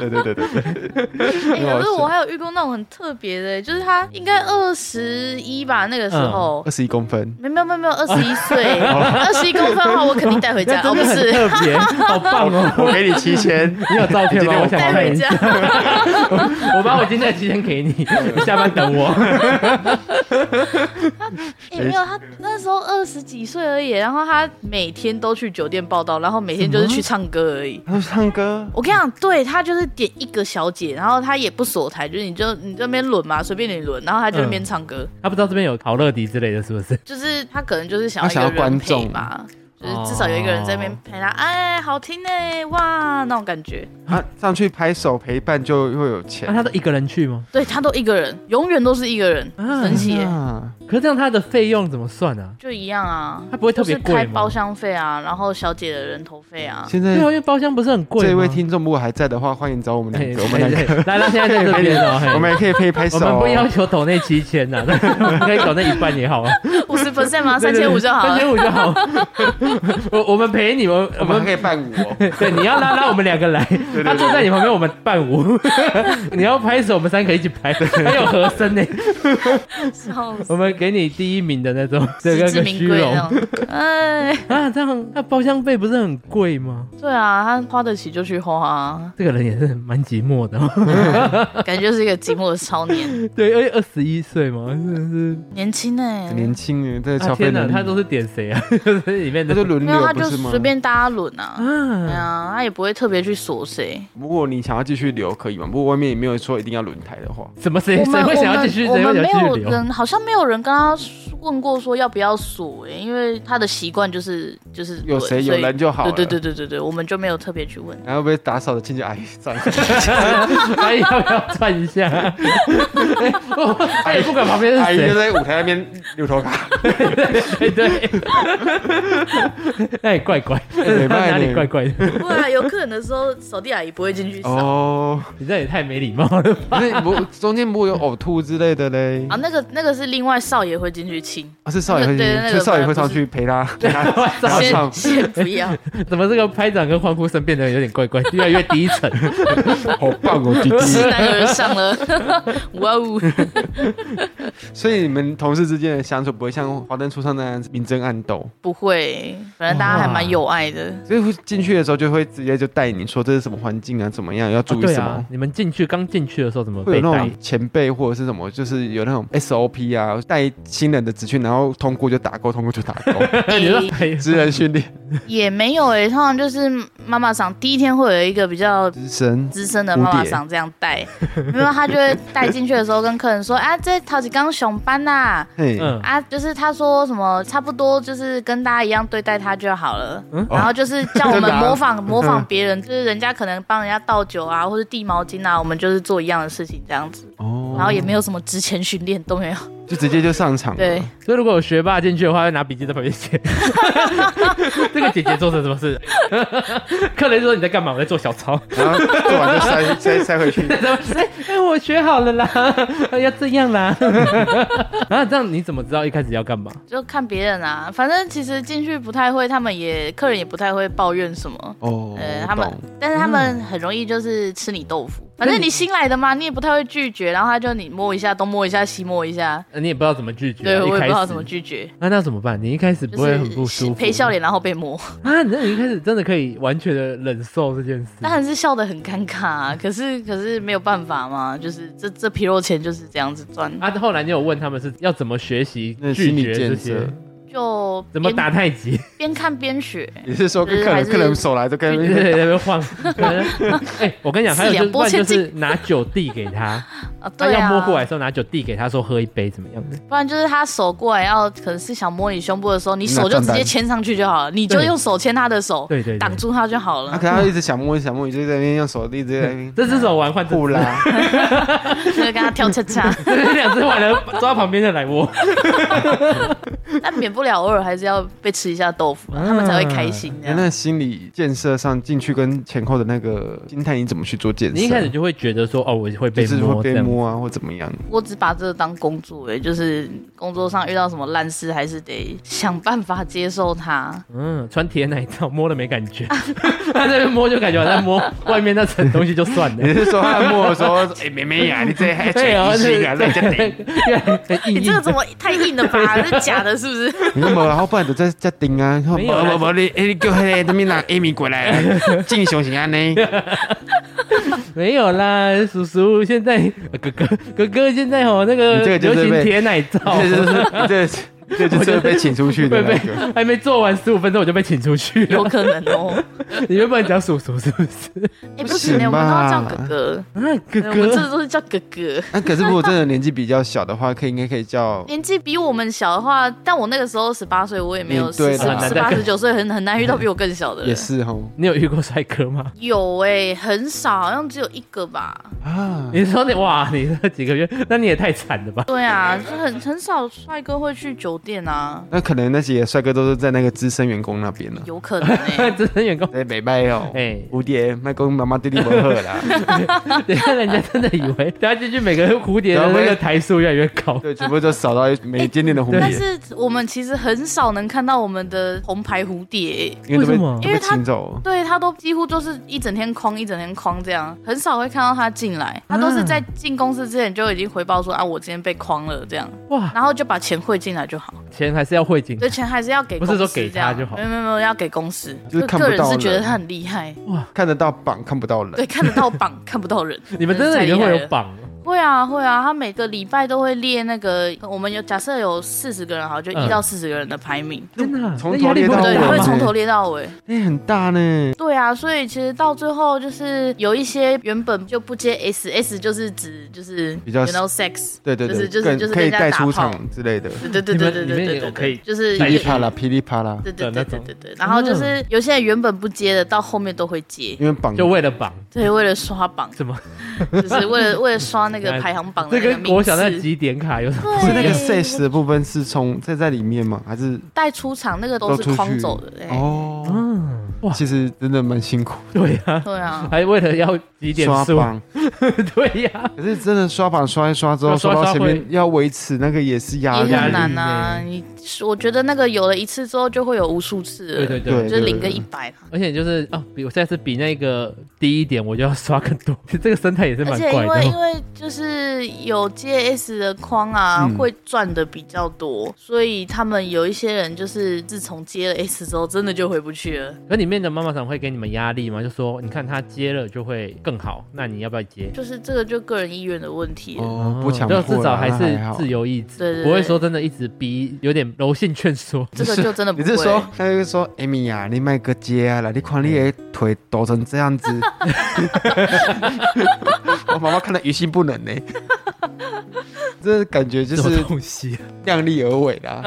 S3: 对对对对对，
S2: 哎，可
S3: 很好
S2: 是
S3: 笑
S2: 我还有遇过那种很特别的，就是他应该二十一吧，那个时
S1: 嗯
S2: 候
S3: 二。十一公分，
S2: 没有没有没有没有，二十一岁， 二十一公分的话，我肯定带回家。
S1: 那
S2: 哦，
S1: 真的
S2: 不
S1: 很
S2: 是，
S1: 特 别，好棒哦！
S3: 我给你七千，
S1: 你有照片
S3: 今
S1: 吗？
S3: 天
S1: 我
S3: 我
S1: 想
S2: 带
S1: 看
S2: 回
S1: 一下
S2: 家。。
S1: 我把我今天的期间给你，你下班等我。
S2: 哎、没有，他那时候二十几岁而已，然后他每天都去酒店报道，然后每天就是去唱歌而已。
S3: 他说唱歌，
S2: 我跟你讲，对他就是点一个小姐，然后他也不锁台，就是你就你这边轮嘛，随便你轮，然后他就在那
S1: 嗯
S2: 边唱歌，
S1: 他不知道这边有陶乐迪之类的，是不是？
S2: 就是他可能就是想
S3: 他想
S2: 要
S3: 要
S2: 一个人
S3: 观众
S2: 陪吧，就是
S1: 哦
S2: 至少有一个人在那边陪他，哎，好听哎，哇，那种感觉。
S3: 他啊上去拍手陪伴就会有
S1: 那
S3: 钱。
S1: 啊他都一个人去吗？
S2: 对他都一个人，永远都是一个人，
S1: 啊
S2: 神奇耶、
S3: 啊
S1: 可是这样他的费用怎么算啊？
S2: 就一样啊。
S1: 他不会特别
S2: 就是
S1: 贵
S2: 开
S1: 吗
S2: 包？厢费啊，然后小姐的人头 费啊，
S3: 现
S1: 对啊，因
S3: 在
S1: 为包厢不是很贵吗。
S3: 嗯这位听众如果还在的话，欢迎找我 们两
S1: 嘿，
S3: 个，我们两
S1: 嘿
S3: 个，
S1: 嘿来到现在在这边哦，嘿
S3: 我们也可以配拍手
S1: 我
S3: 哦。
S1: 们不要求抖内七千 呐，那可以抖内一半也好啊，
S2: 五十 percent 吗？三千五就好
S1: 三
S2: 了。
S1: 千五就好。 我我们陪你们，我
S3: 我们还
S1: 们
S3: 可以伴舞哦。
S1: 对你要拉拉我们两个来，他坐在你旁边，我们伴 舞。你要拍手，我们三个一起拍，还有和声呢。
S2: 笑死
S1: 我们给你第一名的那 种，这
S2: 实
S1: 个
S2: 至
S1: 个
S2: 名
S1: 虚
S2: 归
S1: 荣
S2: 那种。 哎，
S1: 啊，这样那包厢费不是很贵吗？
S2: 对啊，他花得起就去花啊，
S1: 这个人也是蛮寂寞的、哦，
S2: 感觉就是一个寂寞的少年，
S1: 对，而且二十一岁嘛，真的是，
S2: 年轻哎、
S3: 很年轻人在消
S1: 啊、
S3: 费
S1: 天
S3: 能
S1: 哪，
S3: 力，
S1: 他都是点谁啊？ 就是里面
S3: 他
S1: 的
S3: 就轮
S2: 没有
S3: 流
S2: 他
S3: 不
S2: 就是
S3: 吗
S2: 随？便大家轮啊。对
S1: 啊，
S2: 啊，他也不会特别去锁谁。
S3: 如果你想要继续留，可以吗？不过外面也没有说一定要轮台的话，
S1: 怎么谁
S2: 我
S1: 谁
S2: 们
S1: 会
S2: 我
S1: 想要
S2: 们
S1: 继续，
S2: 我
S1: 谁
S2: 们
S1: 会
S2: 没
S1: 想要
S2: 有
S1: 继续 留？
S2: 人，好像没有人跟他问过说要不要锁哎、因为他的习惯就是就是
S3: 有
S2: 轮
S3: 谁有
S2: 所以
S3: 人就好了。
S2: 对对对对对对，我们就没有特别去问。
S3: 然后被打扫的清哎洁阿姨站，
S1: 阿姨哎要不要转一下？ 哎我他也不管旁边是
S3: 阿姨就
S1: 谁，
S3: 在舞台那边扭头卡，
S1: 对对， 那也怪怪，
S3: 没办法
S1: 哪里怪怪的？
S2: 不然有客人的时候，扫地阿姨不会进去扫、
S3: 哦，
S1: 你这样也太没礼貌 了吧？
S3: 可是不中间不会有呕吐之类的嘞
S2: 啊。？那个那个是另外少爷会进去亲，
S3: 啊，是少爷会去
S2: 对那，个
S3: 是少爷会上
S2: 本来不
S3: 去 陪他，陪他然后
S2: 先
S3: 唱
S2: 先不 要。
S1: 怎么这个拍掌跟欢呼声变得有点怪怪，
S3: 啊
S1: 越来越低 沉？
S3: 好棒哦， 弟弟。
S2: 直男有人上了， 哇哦！
S3: 所以你们同事之间的相处不会像华灯初上那样子明争暗斗，
S2: 不会，反正大家还蛮有爱的。
S3: 所以会进去的时候就会直接就带你说这是什么环境啊，怎么样要注意
S1: 对
S3: 什
S1: 啊
S3: 么，。
S1: 你们进去刚进去的时候怎么
S3: 会
S1: 被
S3: 有那
S1: 带
S3: 种？前辈或者是什么，就是有那种 SOP 啊，带新人的职训，然后通过就打勾，通过就打 勾，
S1: 你说哎
S3: 职人训练，
S2: 也没有欸诶、通常就是妈妈桑第一天会有一个比较
S3: 职神
S2: 资深的妈妈桑这样带，没有他就会带进去的时候跟客人说啊，这陶吉刚熊班呐、啊。
S3: 嘿，
S1: 嗯，
S2: 就是他说什么，差不多就是跟大家一样对待他就好了。
S1: 嗯
S2: 然后就是叫我
S3: 哦 真的
S2: 们
S3: 啊嗯
S2: 模仿模仿别人，就是人家可能帮人家倒酒啊，或者递毛巾啊，我们就是做一样的事情这样子。
S3: 哦
S2: 然后也没有什么之前训练都没有。
S3: 就直接就上场了，
S2: 对，
S1: 所以如果有学霸进去的话，会拿笔记在旁边 写。这个姐姐做成什么事？ 客人说你在干嘛？我在做小 抄。
S3: 然后做完就塞塞塞回去，
S1: 哎、哎，我学好了啦，要这样啦。 然后这样你怎么知道一开始要干嘛？
S2: 就看别人啊，反正其实进去不太会，他们也客人也不太会抱怨什么。
S3: 哦
S2: 呃，，他
S3: 我
S2: 们
S3: 懂，，
S2: 但是他
S1: 嗯
S2: 们很容易就是吃你豆腐。反正你新来的嘛，你也不太会拒绝，然后他就你摸一下，东摸一下，西摸一下，
S1: 呃你也不知道怎么拒绝、
S2: 对
S1: 啊，
S2: 我
S1: 一
S2: 也不
S1: 开
S2: 知
S1: 始啊
S2: 道怎么拒绝，
S1: 那、那怎么办？你一开始不会很不
S2: 就
S1: 舒服？
S2: 是陪笑脸然后 被摸，
S1: 啊！那你一开始真的可以完全的忍受这件事？
S2: 当然是笑得很尴尬、啊，可是可是没有办法嘛，就是这这皮肉钱就是这样子赚，
S1: 啊，后来你有问他们是要怎么学习
S3: 那
S1: 拒
S3: 心理
S1: 绝这
S3: 建
S1: 些
S3: 设，
S2: 就
S1: 怎么
S2: 边
S1: 打太极，
S2: 边看边学，
S3: 你是说跟
S2: 就是
S3: 客
S2: 还
S3: 人
S2: 是
S3: 客人手来都
S1: 对
S3: 跟
S1: 对 对，在那边晃。 哎，我跟你讲，还有就
S2: 四
S1: 是，
S2: 两
S1: 不
S2: 拨
S1: 然就
S2: 千
S1: 是拿酒递给 他，
S2: 啊，
S1: 他
S2: 对
S1: 要
S2: 啊，
S1: 摸过来的时候拿酒递给他说喝一杯怎么样的？
S2: 不然就是他手过来要，可能是想摸你胸部的时候，你手
S3: 那
S2: 就
S3: 账
S2: 直
S3: 单
S2: 接牵上去就好了，你就
S1: 对
S2: 用手牵他的手，
S1: 对对对
S2: 挡住他就好
S3: 啊，
S2: 了
S3: 可。他一直想摸，一直想摸，你就在那边用手一直在那边
S1: 这只手玩换这只
S3: 互拉，
S2: 就是跟他跳恰恰，
S1: 这两只完了抓旁边的来握。
S2: 但免不了偶尔还是要被吃一下豆腐，啊
S1: 嗯
S2: 他们才会开心。这
S3: 哎
S2: 样
S3: 那心理建设上进去跟前后的那个心态，你怎么去做建设？
S1: 你一开始就会觉得说哦，我会
S3: 就
S1: 被
S3: 是
S1: 摸
S3: 会
S1: 这
S3: 被
S1: 样。
S3: 摸啊，或怎么样？
S2: 我只把这个当工作、欸，就是工作上遇到什么烂事，还是得想办法接受它。
S1: 嗯，穿铁奶罩摸了没感觉， 他这边摸就感觉好像摸外面那层东西就算了
S3: 你。是说按摩的时候，哎、妹妹呀、你这还
S1: 对啊，
S3: 一心啊，在家顶，
S1: 对，
S2: 你这个怎么太硬了吧？这假的，是不是？
S3: 你干嘛？然后不然就在在顶啊，
S1: 没有啦
S4: 无无无，你诶，你叫迄个什么人 Amy 过来，正常是安尼。
S1: 没有啦，叔叔，现在呃哥哥哥哥现在哦，那
S3: 你
S1: 个
S3: 这个就
S1: 流
S3: 是
S1: 行
S3: 被
S1: 铁奶罩，
S3: 这就是这这就是会被请出去的
S1: 会
S3: 那
S1: 被
S3: 个。
S1: 还没做完十五分钟我就被请出去
S2: 有
S1: 了。
S2: 可能哦。
S1: 你原本讲叔叔是不 是？
S2: 哎、 不行
S3: 不行
S2: 欸，我们都要叫
S3: 吧
S2: 哥哥，
S1: 啊，哥
S2: 对我们这
S1: 哥，
S2: 都是叫哥哥。
S3: 那、可是如果真的年纪比较小的话，可以应该可以叫
S2: 年纪比我们小的话，但我那个时候十八岁，我也没有
S3: 嗯
S2: 十
S3: 对
S2: 十
S3: 啦
S2: 十八十九岁，很很难遇到比我更小的
S3: 也
S2: 人。
S3: 是吼
S1: 你有遇过帅哥吗？
S2: 有哎、很少，好像只有一个吧。
S3: 啊。
S1: 你说你哇，你这几个月， 那你也太惨了吧？
S2: 对啊，就很很少帅哥会去酒店啊，
S3: 那可能那些帅哥都是在那个资深员工那边呢、
S2: 有可能哎、
S1: 资深员工，
S3: 在北拜哦，哎、
S1: 哎
S3: 蝴蝶麦公妈妈弟弟不喝 啦，
S1: 等一下人家真的以 为，等一下进去每个蝴蝶的那个台数越来越高。
S3: 对，全部都扫到没见面的蝴
S2: 但
S3: 蝶，
S2: 是我们其实很少能看到我们的红牌蝴蝶、欸，
S3: 因为都
S1: 为
S3: 被
S1: 什么
S3: 都被请走了。
S2: 对他都几乎就是一整天框一整天框这样，很少会看到他进来，他都是在进公司之前就已经回报说啊，我今天被框了这样，
S1: 哇，
S2: 然后就把钱汇进来就好，
S1: 钱还是要汇进
S2: 对，钱还是要给
S1: 嗯不
S2: 公
S1: 是
S2: 司
S1: 说给
S2: 这样
S1: 他就好
S2: 没有没有没有要给公司，
S3: 就是看不
S2: 个人
S3: 到
S2: 是觉得
S3: 人
S2: 他很厉害，
S3: 看得到榜，看不到人。
S2: 对，看得到榜 看不到人，
S1: 你们真的
S2: 太
S1: 里
S2: 厉
S1: 面
S2: 害
S1: 会
S2: 了
S1: 有榜
S2: 会啊，会啊，他每个礼拜都会列那个，我们有假设有四十个人，好，就
S1: 嗯
S2: 一到四十个人的排名，
S1: 真的啊
S3: 从
S1: 那
S3: 头
S1: 压力
S3: 列
S1: 不
S3: 到
S1: 会
S2: 对，
S1: 很大
S2: 他
S1: 吗
S2: 会
S3: 尾
S2: 从头列到尾。
S3: 哎、很大呢，
S2: 对啊，所以其实到最后就是有一些原本就不接 S，S 就是指就是
S3: 比较
S2: you know sex，
S3: 对对对，
S2: 就是就是
S3: 更
S2: 就是
S3: 可
S2: 跟
S3: 以
S2: 人家
S3: 带
S2: 打
S3: 出
S2: 炮
S3: 场之类的，
S2: 对对对对对
S1: 你们
S2: 对
S1: 里面
S2: 对
S1: 有
S2: 对，
S1: 可以
S2: 就是
S1: 带
S3: 噼
S1: 一
S3: 里
S1: 出
S3: 啪啦噼里啪啦，
S2: 对对
S1: 的那
S2: 对对
S1: 种嗯
S2: 对对，然后就是有些人原本不接的，到后面都会接，
S3: 因为榜
S1: 就为了榜
S2: 对，为了刷榜，
S1: 什么？
S2: 就是为了为了刷那个排行榜的
S1: 这
S2: 那个名
S1: 跟
S2: 次。
S1: 我想那几点卡有什么？
S3: 是那个
S2: 对
S3: sex 的部分是从在在里面吗？还是
S2: 带出场那个都
S3: 都
S2: 是
S3: 出
S2: 框
S3: 去
S2: 走的，哎，
S3: 哦？
S1: 嗯，哇，
S3: 其实真的蛮辛苦，
S1: 对呀，
S2: 对啊，
S1: 还为了要几点
S3: 刷
S1: 数？
S3: 榜，
S1: 对呀，
S3: 可是真的刷榜刷一刷之后，
S1: 刷
S3: 刷
S1: 刷
S3: 到前
S1: 刷
S3: 哦面要维持那个也是压
S2: 也
S3: 力，
S2: 很难啊！你我觉得那个有了一次之后，就会有无数次了。
S1: 对对对
S3: 对
S2: 就是零跟一百嘛。
S1: 而且就是啊，比我下次比那个低一点，我就要刷更多。 其实这个生态也是
S2: 而
S1: 蛮
S2: 且
S1: 怪
S2: 因为因
S1: 的。哦
S2: 为就是有 JS 的框啊，
S3: 嗯
S2: 会赚的比较多，所以他们有一些人就是自从接了 S 之后，真的就回不去了。
S1: 可里面的妈妈长会给你们压力吗？就说你看他接了就会更好，那你要不要接？
S2: 就是这个就个人意愿的问题了。
S3: 哦，不强迫
S1: 就
S3: 啦，
S1: 至少还
S3: 那
S1: 是
S3: 好
S1: 自。由意志，
S2: 对对对
S1: 不会说真的一直逼，有点柔性劝说。
S2: 这个就真的不
S3: 你
S2: 会。
S3: 是说，他就说，艾米呀，你买个街啊啦，你看你的腿抖成这样 子，我妈妈看了于心不忍呢。 这感觉 就
S1: 什么
S3: 是
S1: 东 西啊？
S3: 量力而为 啦。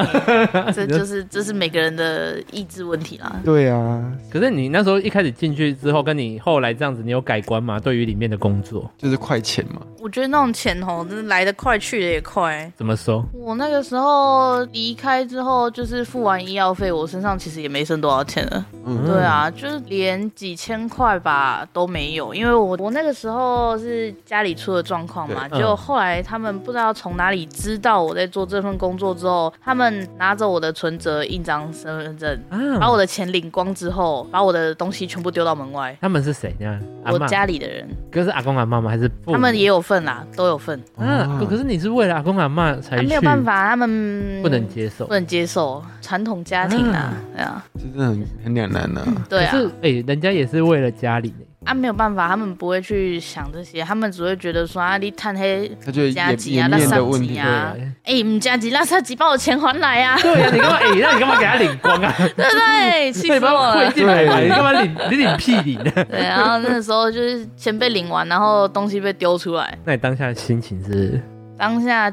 S2: 这就是这是每个人的意志问题啦。
S3: 对啊，
S1: 可是你那时候一开始进去之后，跟你后来这样子，你有改观吗？对于里面的工作
S3: 就是快钱嘛。
S2: 我觉得那种钱吼，真的来得快，去得也快。
S1: 怎么说？
S2: 我那个时候离开之后，就是付完医药费，我身上其实也没剩多少钱了。
S3: 嗯
S2: 对啊，就是连几千块吧都没有，因为我我那个时候是家里出了状况嘛，
S1: 对嗯
S2: 就后来他们不知道从哪里知道我在做这份工作之后，他们拿着我的存折、印章、身份证，把
S1: 啊，
S2: 我的钱领光之后，把我的东西全部丢到门外。
S1: 他们是谁呢？阿
S2: 我
S1: 嬷
S2: 家里的人，
S1: 可是阿公阿妈吗？还是父母
S2: 他们也有份啦，都有份，
S3: 哦
S1: 啊？可可是你是为了阿公阿妈才
S2: 啊、
S1: 去，
S2: 没有办法，他们
S1: 不能接受
S2: 不。能接受传统家庭啊，对啊，
S3: 这真的很很两难呐。
S2: 对啊
S1: 嗯可，是哎、人家也是为了家里呢。
S2: 啊没有办法，他们不会去想这些，他们只会觉得说啊，你探黑，
S3: 他就颜
S2: 加急啊
S3: 颜
S2: 那
S3: 面的
S2: 上
S3: 问
S2: 级
S3: 题，
S2: 啊
S1: 对啊，
S2: 哎、唔加急，垃圾急，把我钱还来 啊，
S1: 对呀、你干嘛？哎、那你干嘛给他领光啊？
S2: 对不对？ 气
S1: 那
S2: 死
S1: 你把
S2: 我
S1: 我
S2: 了
S1: 退。进来吧，你干嘛领？你领屁领啊的？
S2: 对，然后那时候就是钱被领完，然后东西被丢出来，
S1: 那你当下的心情是？
S2: 当下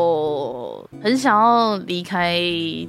S2: 就很想要离开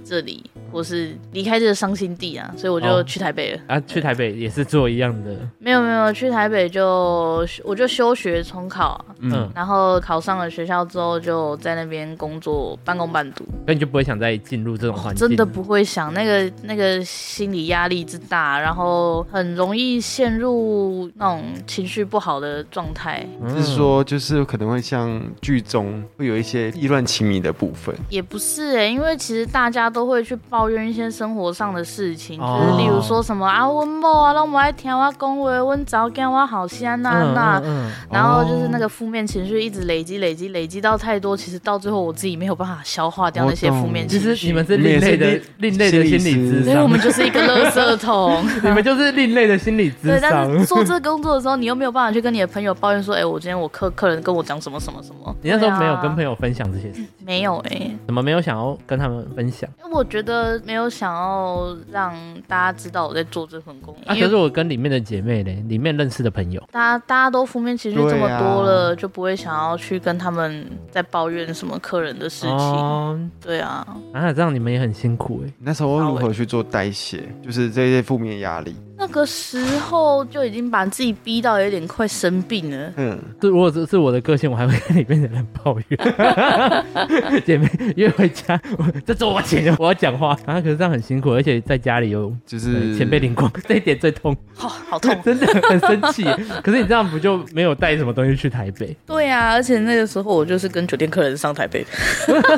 S2: 这里，或是离开这个伤心地啊，所以我就
S1: 哦
S2: 去台北了。
S1: 啊，去台北也是做一样的，
S2: 没有没有，去台北就我就休学重考啊，
S1: 嗯
S3: 嗯，，
S2: 然后考上了学校之后，就在那边工作，半工半读。
S1: 那你就不会想再进入这种环境、
S2: 哦真的不会想那个那个心理压力之大，然后很容易陷入那种情绪不好的状态，
S1: 嗯，
S3: 是说就是可能会像剧中会有一些意乱情迷的部分，
S2: 也不是哎、因为其实大家都会去抱怨一些生活上的事情，
S1: 哦
S2: 就是例如说什么啊，温某啊，让我爱听我恭维，温早干我好香啊
S1: 嗯
S2: 那。
S1: 嗯
S2: 然后就是那个负面情绪一直累积、累积、累积到太多，其实到最后我自己没有办法消化掉那些
S3: 我懂
S2: 负面
S1: 嗯
S2: 情
S1: 其
S2: 绪。
S1: 实你们是另类
S3: 你
S1: 的
S3: 也是
S1: 另类的心
S3: 心
S1: 理
S3: 理
S1: 智
S3: 师
S2: 所以我
S1: 商，
S2: 们就是一个垃 圾桶。
S1: 你们就是另类的心理智
S2: 对，但
S1: 商
S2: 是。做这个工作的时候，你又没有办法去跟你的朋友抱怨说，哎、我今天我客客人跟我讲什么什么什么。
S1: 你那时候没有跟朋
S2: 友？
S1: 友分享这些事，
S2: 没有哎、
S1: 怎么没有想要跟他们分享？
S2: 因为我觉得没有想要让大家知道我在做这份工，
S1: 啊，
S2: 因
S1: 可是
S2: 为
S1: 我跟里面的姐妹嘞，里面认识的朋友，
S2: 大家大家都负面情绪这么多
S1: 啊
S2: 了，
S3: 对
S2: 就不会想要去跟他们在抱怨什么客人的事情。
S1: 哦，
S2: 对啊，
S1: 啊，这样你们也很辛苦哎、
S3: 那时候如
S2: 欸
S3: 何去做代谢，就是这些负面压力，
S2: 那个时候就已经把自己逼到有点快生病了。
S3: 嗯，
S1: 是如果是是我的个性，我还会跟里面的人抱怨。 姐妹约回家，我这周我请，我要讲话啊。可是这样很辛苦，而且在家里有呃
S3: 就是
S1: 钱被领光，这一点最痛，
S2: 好、哦 好痛。
S1: 真的很生气。可是你这样不就没有带什么东西去台北？
S2: 对啊，而且那个时候我就是跟酒店客人上台北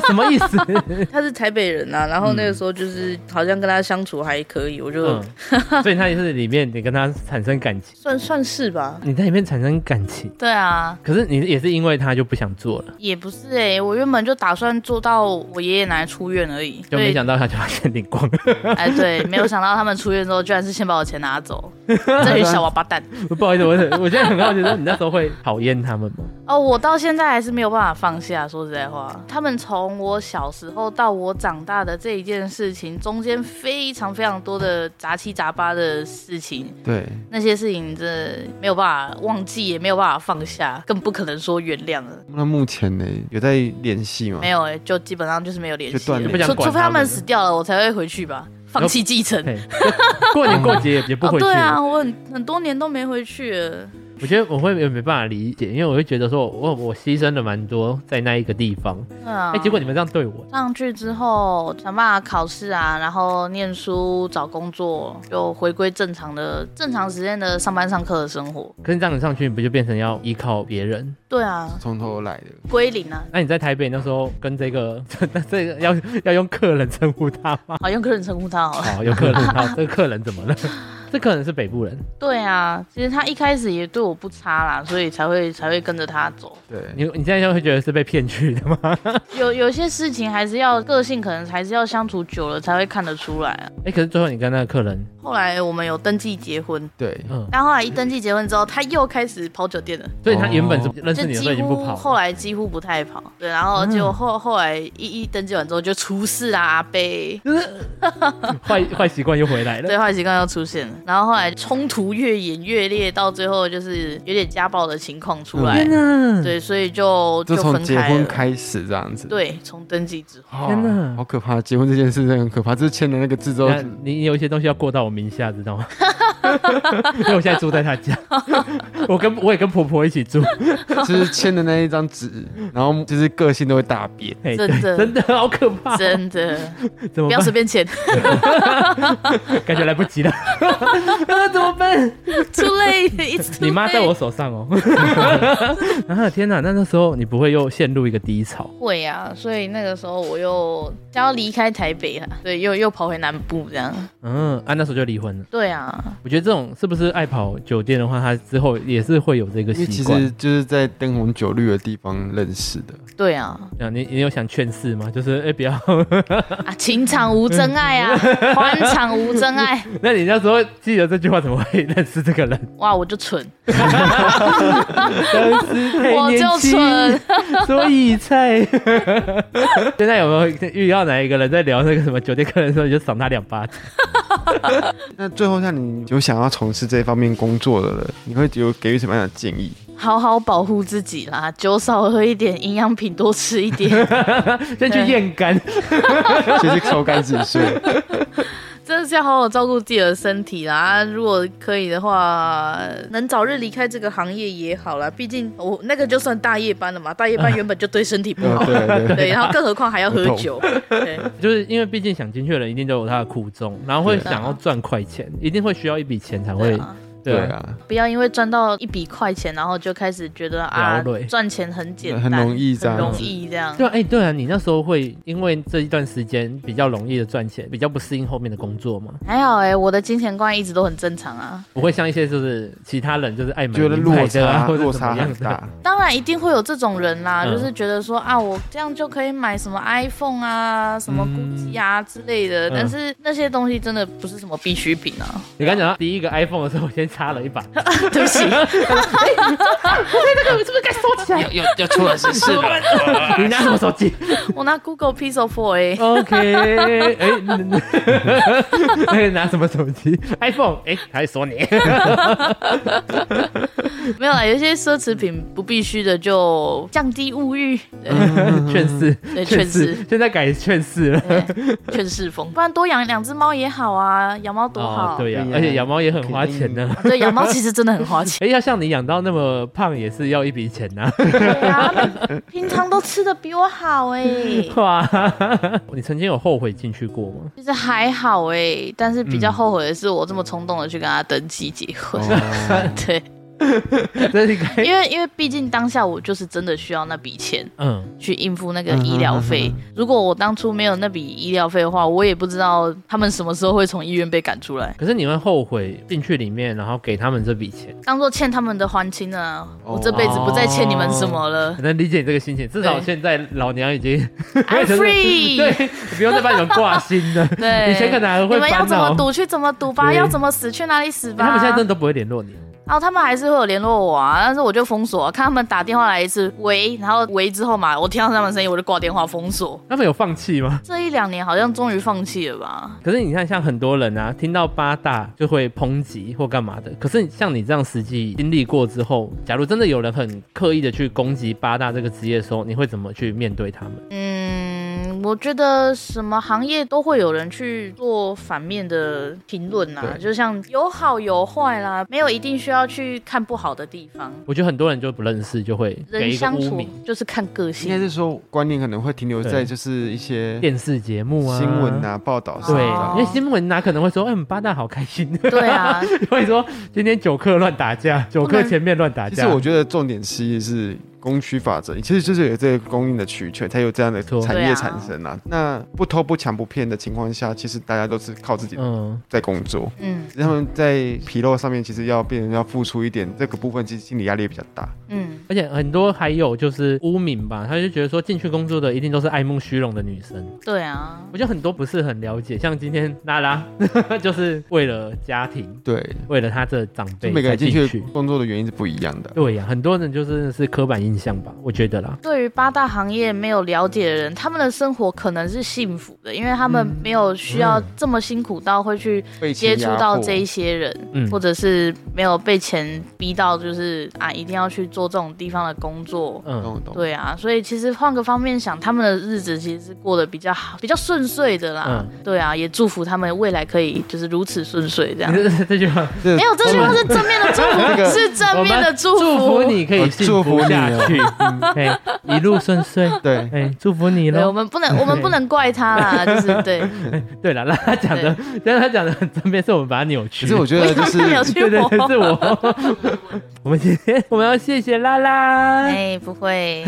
S1: 什么意思？
S3: 嗯
S2: 他是台北人啊，然后那个时候就是好像跟他相处还可以，我就、
S1: 嗯，所以他也是里面你跟他产生感情，
S2: 算算是吧。
S1: 你在里面产生感情，
S2: 对啊，
S1: 可是你也是因为他就不想做了，
S2: 也不是哎、我原本就打算做到我爷爷奶奶出院而已，
S1: 就没
S2: 对
S1: 想到他就把钱领光了。
S2: 哎对，没有想到他们出院之后，居然是先把我钱 拿走，这群小王八蛋。
S1: 不好意思，我我现在很好奇，说你那时候会讨厌他们吗？
S2: 哦，我到现在还是没有办法放下。说实在话，他们从我小时候到我长大的这一件事情，中间非常非常多的杂七杂八的事情，
S3: 对，
S2: 那些事情真的没有办法忘记，也没有办法放下，更不可能说原谅
S1: 嗯
S2: 了。
S3: 那目前呢有在联系吗
S2: 没？有哎、就基本上就是没有联
S3: 就
S2: 系
S3: 断
S2: 了，
S3: 联
S1: 不想
S2: 除
S1: 管
S2: 除非
S1: 他
S2: 他
S1: 们
S2: 们
S1: 了
S2: 死掉了，我才会回去吧，放 弃继承。
S1: 嘿过年过节也也不
S2: 哦，
S1: 回去。
S2: 对啊，我很很多年都没回去了。
S1: 我觉得我会没没办法理解，因为我会觉得说我我牺牲了蛮多在那一个地方，
S2: 对啊
S1: 哎、结果你们这样对我，
S2: 上去之后想办法考试啊，然后念书、找工作，就回归正常的、正常时间的上班上课的生活。
S1: 可是这样你上去，你不就变成要依靠别人？
S2: 对啊，
S3: 从头来的，
S2: 归零啊，
S1: 那你在台北那时候跟这个 这个要要用客人称呼他吗？
S2: 好用客人称呼他好了。
S1: 好，用客人好，这个客人怎么了？ 这客人是北部人，
S2: 对啊，其实他一开始也对我不差啦，所以才会才会跟着他走。
S3: 对，
S1: 你你现在就会觉得是被骗去的吗？
S2: 有有些事情还是要个性，可能还是要相处久了才会看得出来啊。
S1: 哎、可是最后你跟那个客人，
S2: 后来我们有登记结婚，
S3: 对，
S1: 嗯，
S2: 但后来一登记结婚之后，他又开始跑酒店了，
S1: 所以他原本是
S3: 哦
S1: 认识
S2: 就
S1: 你的时
S2: 几
S1: 候已经不
S2: 乎
S1: 跑
S2: 后
S1: 了，嗯
S2: 来几乎不太跑。对，然后就后、后来一一登记完之后就出事啦，被
S1: 嗯坏坏习惯又回来了
S2: 对。啊坏习惯又出现了，然后后来冲突越演越烈，到最后就是有点家暴的情况出来。
S1: 天哪！
S2: 对，所以就
S3: 就
S2: 就
S3: 从
S2: 分
S3: 结
S2: 开
S3: 婚
S2: 了。
S3: 开始这样子，，
S2: 对，从登记之后。
S1: 天哪
S3: 好可怕！结婚这件事真的很可怕，就是签了那个字之后，
S1: 那你有一些东西要过到我名下，知道吗？ 因为我现在住在他 家，我跟我也跟婆婆一起住，
S3: 就是签的那一张纸，然后就是个性都会大变。
S1: 嘿
S2: 真
S1: 哎对
S2: 的
S1: 真的好可怕，
S2: 真的，
S1: 怎么
S2: 不要随便 签，
S1: 办？感觉来不及了， 啊怎么办？
S2: too late，一直
S1: 你妈在我手上哦。 啊天哪！那那时候你不会又陷入一个低潮？
S2: 会啊，所以那个时候我又想要离开台北啊，对，又又跑回南部这样。
S1: 嗯，啊那时候就离婚了。
S2: 对啊，
S1: 我觉得这种是不是爱跑酒店的话，他之后也是会有这个
S3: 因为其
S1: 习惯
S3: 实。就是在灯红酒绿的地方认识的，
S2: 对啊，
S1: 啊，你你有想劝世吗？就是哎、不要。
S2: 啊，情场无真爱 啊，欢场无真爱。
S1: 那你那时候记得这句话，怎么会认识这个人？
S2: 哇，我就蠢，
S1: 当时太
S2: 我
S1: 年
S2: 就
S1: 轻，
S2: 蠢。
S1: 所以菜。现在有没有遇到哪一个人在聊那个什么酒店客人的时候，你就赏他两巴掌？
S3: 那最后像你有想要从事这方面工作的人，你会有给予什么样的建 议？
S2: 好好保护自己啦，酒少喝一点，营养品多吃一 点，
S1: 先去验肝，
S3: 就是抽干指 数，
S2: 真的是要好好照顾自己的身体啦。啊如果可以的话，能早日离开这个行业也好啦。毕竟我那个就算大夜班了嘛，大夜班原本就对身体不
S3: 对
S2: 好。
S3: 哦对对，
S2: 啊对，然后更何况还要喝酒，对，
S1: 就是因为毕竟想进去的人一定都有他的苦衷，然后会想要赚快钱，一定会需要一笔钱才会
S2: 对啊
S3: 对
S1: 对啊。
S3: 啊，
S2: 不要因为赚到一笔快钱，然后就开始觉得啊
S1: 劳累，
S2: 赚钱很简单，
S3: 很容易这
S2: 很
S3: 样
S2: 容易这样。
S1: 对啊，哎、对啊，你那时候会因为这一段时间比较容易的赚钱，比较不适应后面的工作嘛？
S2: 还好哎、我的金钱观一直都很正常啊。
S1: 不会像一些就是其他人就是爱买
S3: 觉得
S1: 名
S3: 落
S1: 牌的啊
S3: 差
S1: 或者
S3: 落
S1: 怎么
S3: 差
S1: 样
S3: 很
S1: 的
S3: 大，
S2: 当然一定会有这种人啦，
S1: 嗯
S2: 就是觉得说啊，我这样就可以买什么 iPhone 啊、什么 GUCCI 啊之类的，
S1: 嗯
S2: 但是那些东西真的不是什么必需品啊。
S1: 你刚讲到第一个 iPhone 的时候，我先插了一 把，
S2: 对不起，
S4: 要要要出了事事了。
S1: 你拿什么手机
S2: 我拿 Google Pixel 4
S1: 哦
S2: A，
S1: ？OK，哎、嗯那个拿什么手机？iPhone，哎、他还说你，
S2: 没有啦，有一些奢侈品不必须的就降低物欲，对。
S1: 劝世，
S2: 对劝世
S1: 现在改劝世了。
S2: 对，劝世风，不然多养两只猫也好啊，养猫多好。
S1: 哦
S2: 啊
S1: 对呀、
S3: 对呀
S1: 而且养猫也很花钱呢、
S2: 对养猫其实真的很花钱。
S1: 哎、要像你养到那么胖，也是要一笔钱呐、
S2: 对啊，他们平常都吃的比我好哎、
S1: 哇，你曾经有后悔进去过 吗？
S2: 其实还好哎、但是比较后悔的是，我这么冲动的去跟他登记结婚。
S1: 嗯
S2: 对，
S1: 这是应该，
S2: 因为因为毕竟当下我就是真的需要那笔钱
S1: 嗯，
S2: 去应付那个医疗费。如果我当初没有那笔医疗费的话，我也不知道他们什么时候会从医院被赶出来，
S1: 可是你会后悔进去里面，然后给他们这笔钱。
S2: 当做欠他们的还清啊。
S1: 哦
S2: 我这辈子不再欠你们什么 了。
S1: 很能理解你这个心情，至少
S2: 对
S1: 现在老娘已经
S2: I'm
S1: 就是
S2: free
S1: 对，不用再帮你们挂心了。
S2: 对，
S1: 以前可能还
S2: 你
S1: 会
S2: 们要
S1: 烦
S2: 怎么
S1: 恼。哦
S2: 赌去怎么赌吧，
S1: 对
S2: 要怎么死去哪里死吧。
S1: 他们现在真的都不会联络你，
S2: 然后他们还是会有联络我啊，但是我就封锁、看他们打电话来一次喂，然后喂之后嘛，我听到他们声音我就挂电话封锁。
S1: 他们有放弃吗？
S2: 这一两年好像终于放弃了吧？
S1: 可是你看，像很多人啊，听到八大就会抨击或干嘛的。可是像你这样实际经历过之后，假如真的有人很刻意的去攻击八大这个职业的时候，你会怎么去面对他们？
S2: 嗯。嗯，我觉得什么行业都会有人去做反面的评论啦，
S3: 对
S2: 就像有好有坏啦，没有一定需要去看不好的地方。
S1: 我觉得很多人就不认识，就会给
S2: 人
S1: 一个
S2: 相
S1: 污
S2: 处
S1: 名。
S2: 就是看个
S3: 应该
S2: 性，
S3: 是说观念可能会停留在
S1: 对
S3: 就是一些
S1: 电视节目啊、
S3: 新闻。啊、报道上
S1: 对，
S2: 哦
S1: 因为新闻哪可能会说，嗯，八大好开心，
S2: 对啊，
S1: 所以说今天九课乱打架，九课前面乱打
S3: 其
S1: 架。
S3: 实我觉得重点其实是供需法则，其实就是有这个供应的需求，才有这样的
S1: 错
S3: 产
S2: 对
S3: 业
S2: 啊
S3: 产生啊。那不偷不抢不骗的情况下，其实大家都是靠自己
S1: 嗯，
S3: 在工作。
S2: 嗯
S3: 他们在纰漏上面，其实要变成要付出一点，这个部分其实心理压力比较大。
S2: 嗯，
S1: 而且很多还有就是污名吧，他就觉得说进去工作的一定都是爱慕虚荣的女生。
S2: 对啊，
S1: 我觉得很多不是很了解，像今天拉拉 就是为了家庭，
S3: 对，
S1: 为了他的长
S3: 就
S1: 辈
S3: 每
S1: 才
S3: 个人
S1: 进
S3: 进去工作的原因是不一样的。
S1: 对呀、很多人就真的是刻板印象吧，我觉得啦。
S2: 对于八大行业没有了解的人，他们的生活可能是幸福的，因为他们没有需要这么辛苦到会去
S3: 被
S2: 接
S3: 钱
S2: 触
S3: 压
S2: 到
S3: 迫
S2: 这一些人，
S1: 嗯
S2: 或者是没有被钱逼到，就是啊一定要去做这种地方的工作。
S1: 嗯，
S3: 懂懂。
S2: 对啊，所以其实换个方面想，他们的日子其实是过得比较好，比较顺遂的啦。
S1: 嗯
S2: 对啊，也祝福他们未来可以就是如此顺遂这样
S1: 你。 这这句话，
S3: 这
S2: 没有，这句话是正面的祝
S3: 这
S2: 福，
S3: 个
S2: 是正
S1: 我
S2: 面的
S1: 们
S2: 祝
S1: 祝
S2: 福。
S1: 福你
S3: 哦
S1: 可以幸福下
S3: 啊
S1: 去，哎，一路顺遂，
S3: 对，
S1: 哎，祝福你
S2: 对，我
S1: 喽。
S2: 们不能，我们不能怪他啦，就是对，
S1: 对了，拉拉讲的，但是他讲的很正面，是我们把它扭曲。
S3: 可是我觉
S2: 不
S3: 得
S2: 要
S3: 就是
S2: 太有趣
S1: 对对 对，
S2: 我。
S1: 是我。 我们今天我们要谢谢拉拉，
S2: 哎，不会，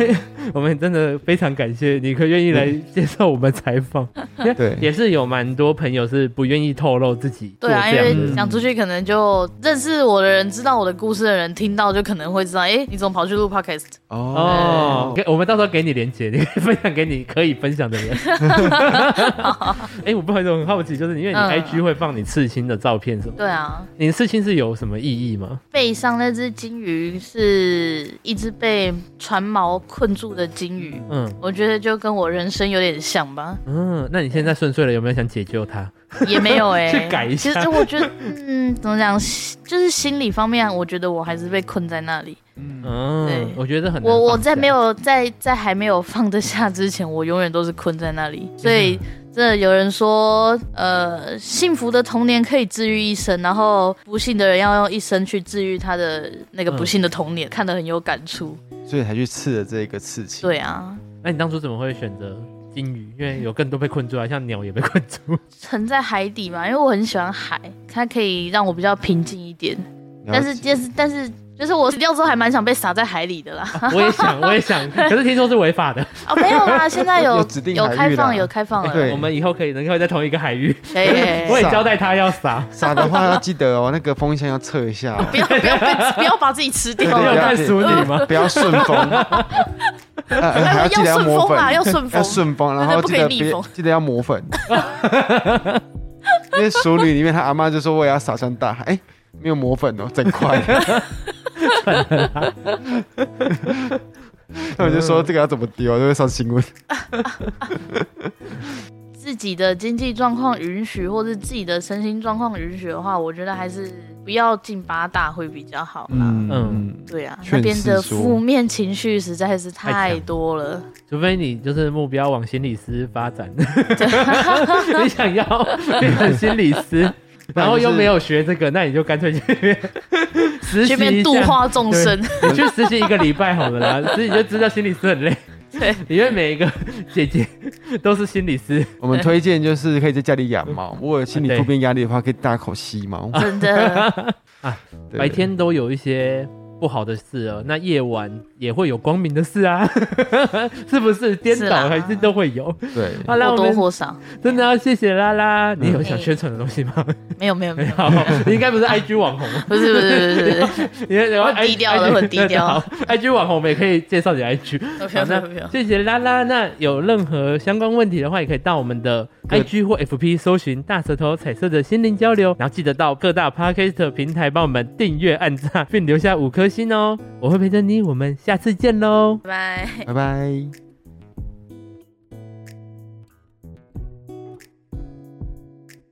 S1: 我们真的非常感谢你可愿意来接受我们采访。
S2: 哎
S3: 对
S1: 也是有蛮多朋友是不愿意透露自己做
S2: 对
S1: 这
S2: 啊，因
S1: 样嗯
S2: 为
S1: 的。
S2: 讲出去可能就认识我的人、知道我的故事的人听到，就可能会知道，哎，你怎么跑去录 podcast？
S1: 哦，
S2: 哎
S1: 给我们到时候给你连接，你可 以分享给你可以分享的 人。哎，我不好意思，我很好奇，就是因为你
S2: 嗯
S1: IG 会放你刺青的照片什么？
S2: 对啊，
S1: 你的刺青是有什么意义吗？
S2: 背上那只金鱼是一只被船锚困住的金鱼，
S1: 嗯
S2: 我觉得就跟我人生有点像 吧，
S1: 嗯，那你现在顺遂了，有没有想解救他？
S2: 也没有哎、
S1: 去改一下
S2: 其实我觉得，嗯，怎么讲，就是心理方面，我觉得我还是被困在那里。对
S1: 嗯，我觉得很难
S2: 我我
S1: 放下
S2: 在没有在在还没有放得下之前，我永远都是困在那里。所以
S3: 嗯
S2: 真的有人说，呃，幸福的童年可以治愈一生，然后不幸的人要用一生去治愈他的那个
S3: 嗯
S2: 不幸的童年，看得很有感触。
S3: 所以才去刺了这个刺青。
S2: 对啊，
S1: 那你当初怎么会选择金鱼？因为
S2: 嗯
S1: 有更多被困住啊，像鸟也被困 住。
S2: 沉在海底嘛，因为我很喜欢海，它可以让我比较平静一点。
S3: 了解，
S2: 但是就是但是就是我死掉之后还蛮想被撒在海里的 啦。
S1: 我也想，我也 想，可是听说是违法的。
S2: 哦，没有啦，现在有
S3: 有指定海域
S2: 开放
S3: 啦
S2: 有开放了， 哎
S3: 对
S1: 我们以后可以能够在同一个海域。
S2: 可以可以
S1: 我
S2: 可以
S1: 也交代他要撒，
S3: 傻的话要记得哦，那个风向要测一 下哦、
S2: 不要不要被不要把自己吃
S1: 你
S2: 掉
S3: 对啊
S1: 有
S3: 对
S2: 了。
S1: 看熟女吗？
S3: 不要顺 风，啊还要记得
S2: 要顺
S3: 抹
S2: 风
S3: 粉，
S2: 啊，要顺
S3: 要
S2: 风。
S3: 顺风，然
S2: 对
S3: 后
S2: 不
S3: 记
S2: 可以
S3: 得
S2: 逆
S3: 别
S2: 风
S3: 记得要 抹粉。因为熟女里面，她阿妈就说我也要撒向大海，哎、没有抹粉哦，整 块。那我就说这个要怎么丢，就会上新闻。
S2: 自己的经济状况允许，或是自己的身心状况允许的话，我觉得还是不要进八大会比较好啦。
S1: 嗯，
S2: 对啊，
S3: 劝
S2: 那边的
S3: 世说
S2: 负面情绪实在是
S1: 太
S2: 太
S1: 强
S2: 多了。
S1: 除非你就是目标往心理师发 展，你想要变成心理师，然后又没有学这个，那你就干 脆去实习
S2: 这
S1: 一下
S2: 边度化众生，
S1: 你去实习一个礼拜好了啦，所以你就知道心理师很累。
S2: 对，
S1: 因为每一个姐姐都是心理师，
S3: 我们推荐就是可以在家里养猫，如果有心理负面压力的话，可以大口吸猫。
S2: 真的，
S3: 对
S1: 啊白天都有一些不好的事啊，那夜晚也会有光明的事啊， 是不是？颠
S2: 是
S1: 倒
S2: 啦
S1: 还是都会有。
S3: 对，
S1: 好啦，
S2: 或
S1: 我
S2: 多
S1: 们
S2: 或少。
S1: 真的要谢谢拉拉，你有想宣传的东西吗？
S2: 没有没有没
S1: 没
S2: 有，
S1: 有，你应该不是 IG 网红，
S2: 不是不是不是不是
S1: 你然后
S2: 我低调的我低调
S1: IG 网红，我们也可以介绍你 IG。
S2: 不
S1: 好
S2: 是，没有没
S1: 那
S2: 有没有。
S1: 谢谢拉拉。那有任何相关问题的话，也可以到我们的 IG 或 FB 搜寻“大舌头彩色的心灵交流”，然后记得到各大 Podcast 平台帮我们订阅、按赞，并留下五颗星哦。我会陪着你，我们下次见喽。
S2: 拜拜。
S3: 拜拜。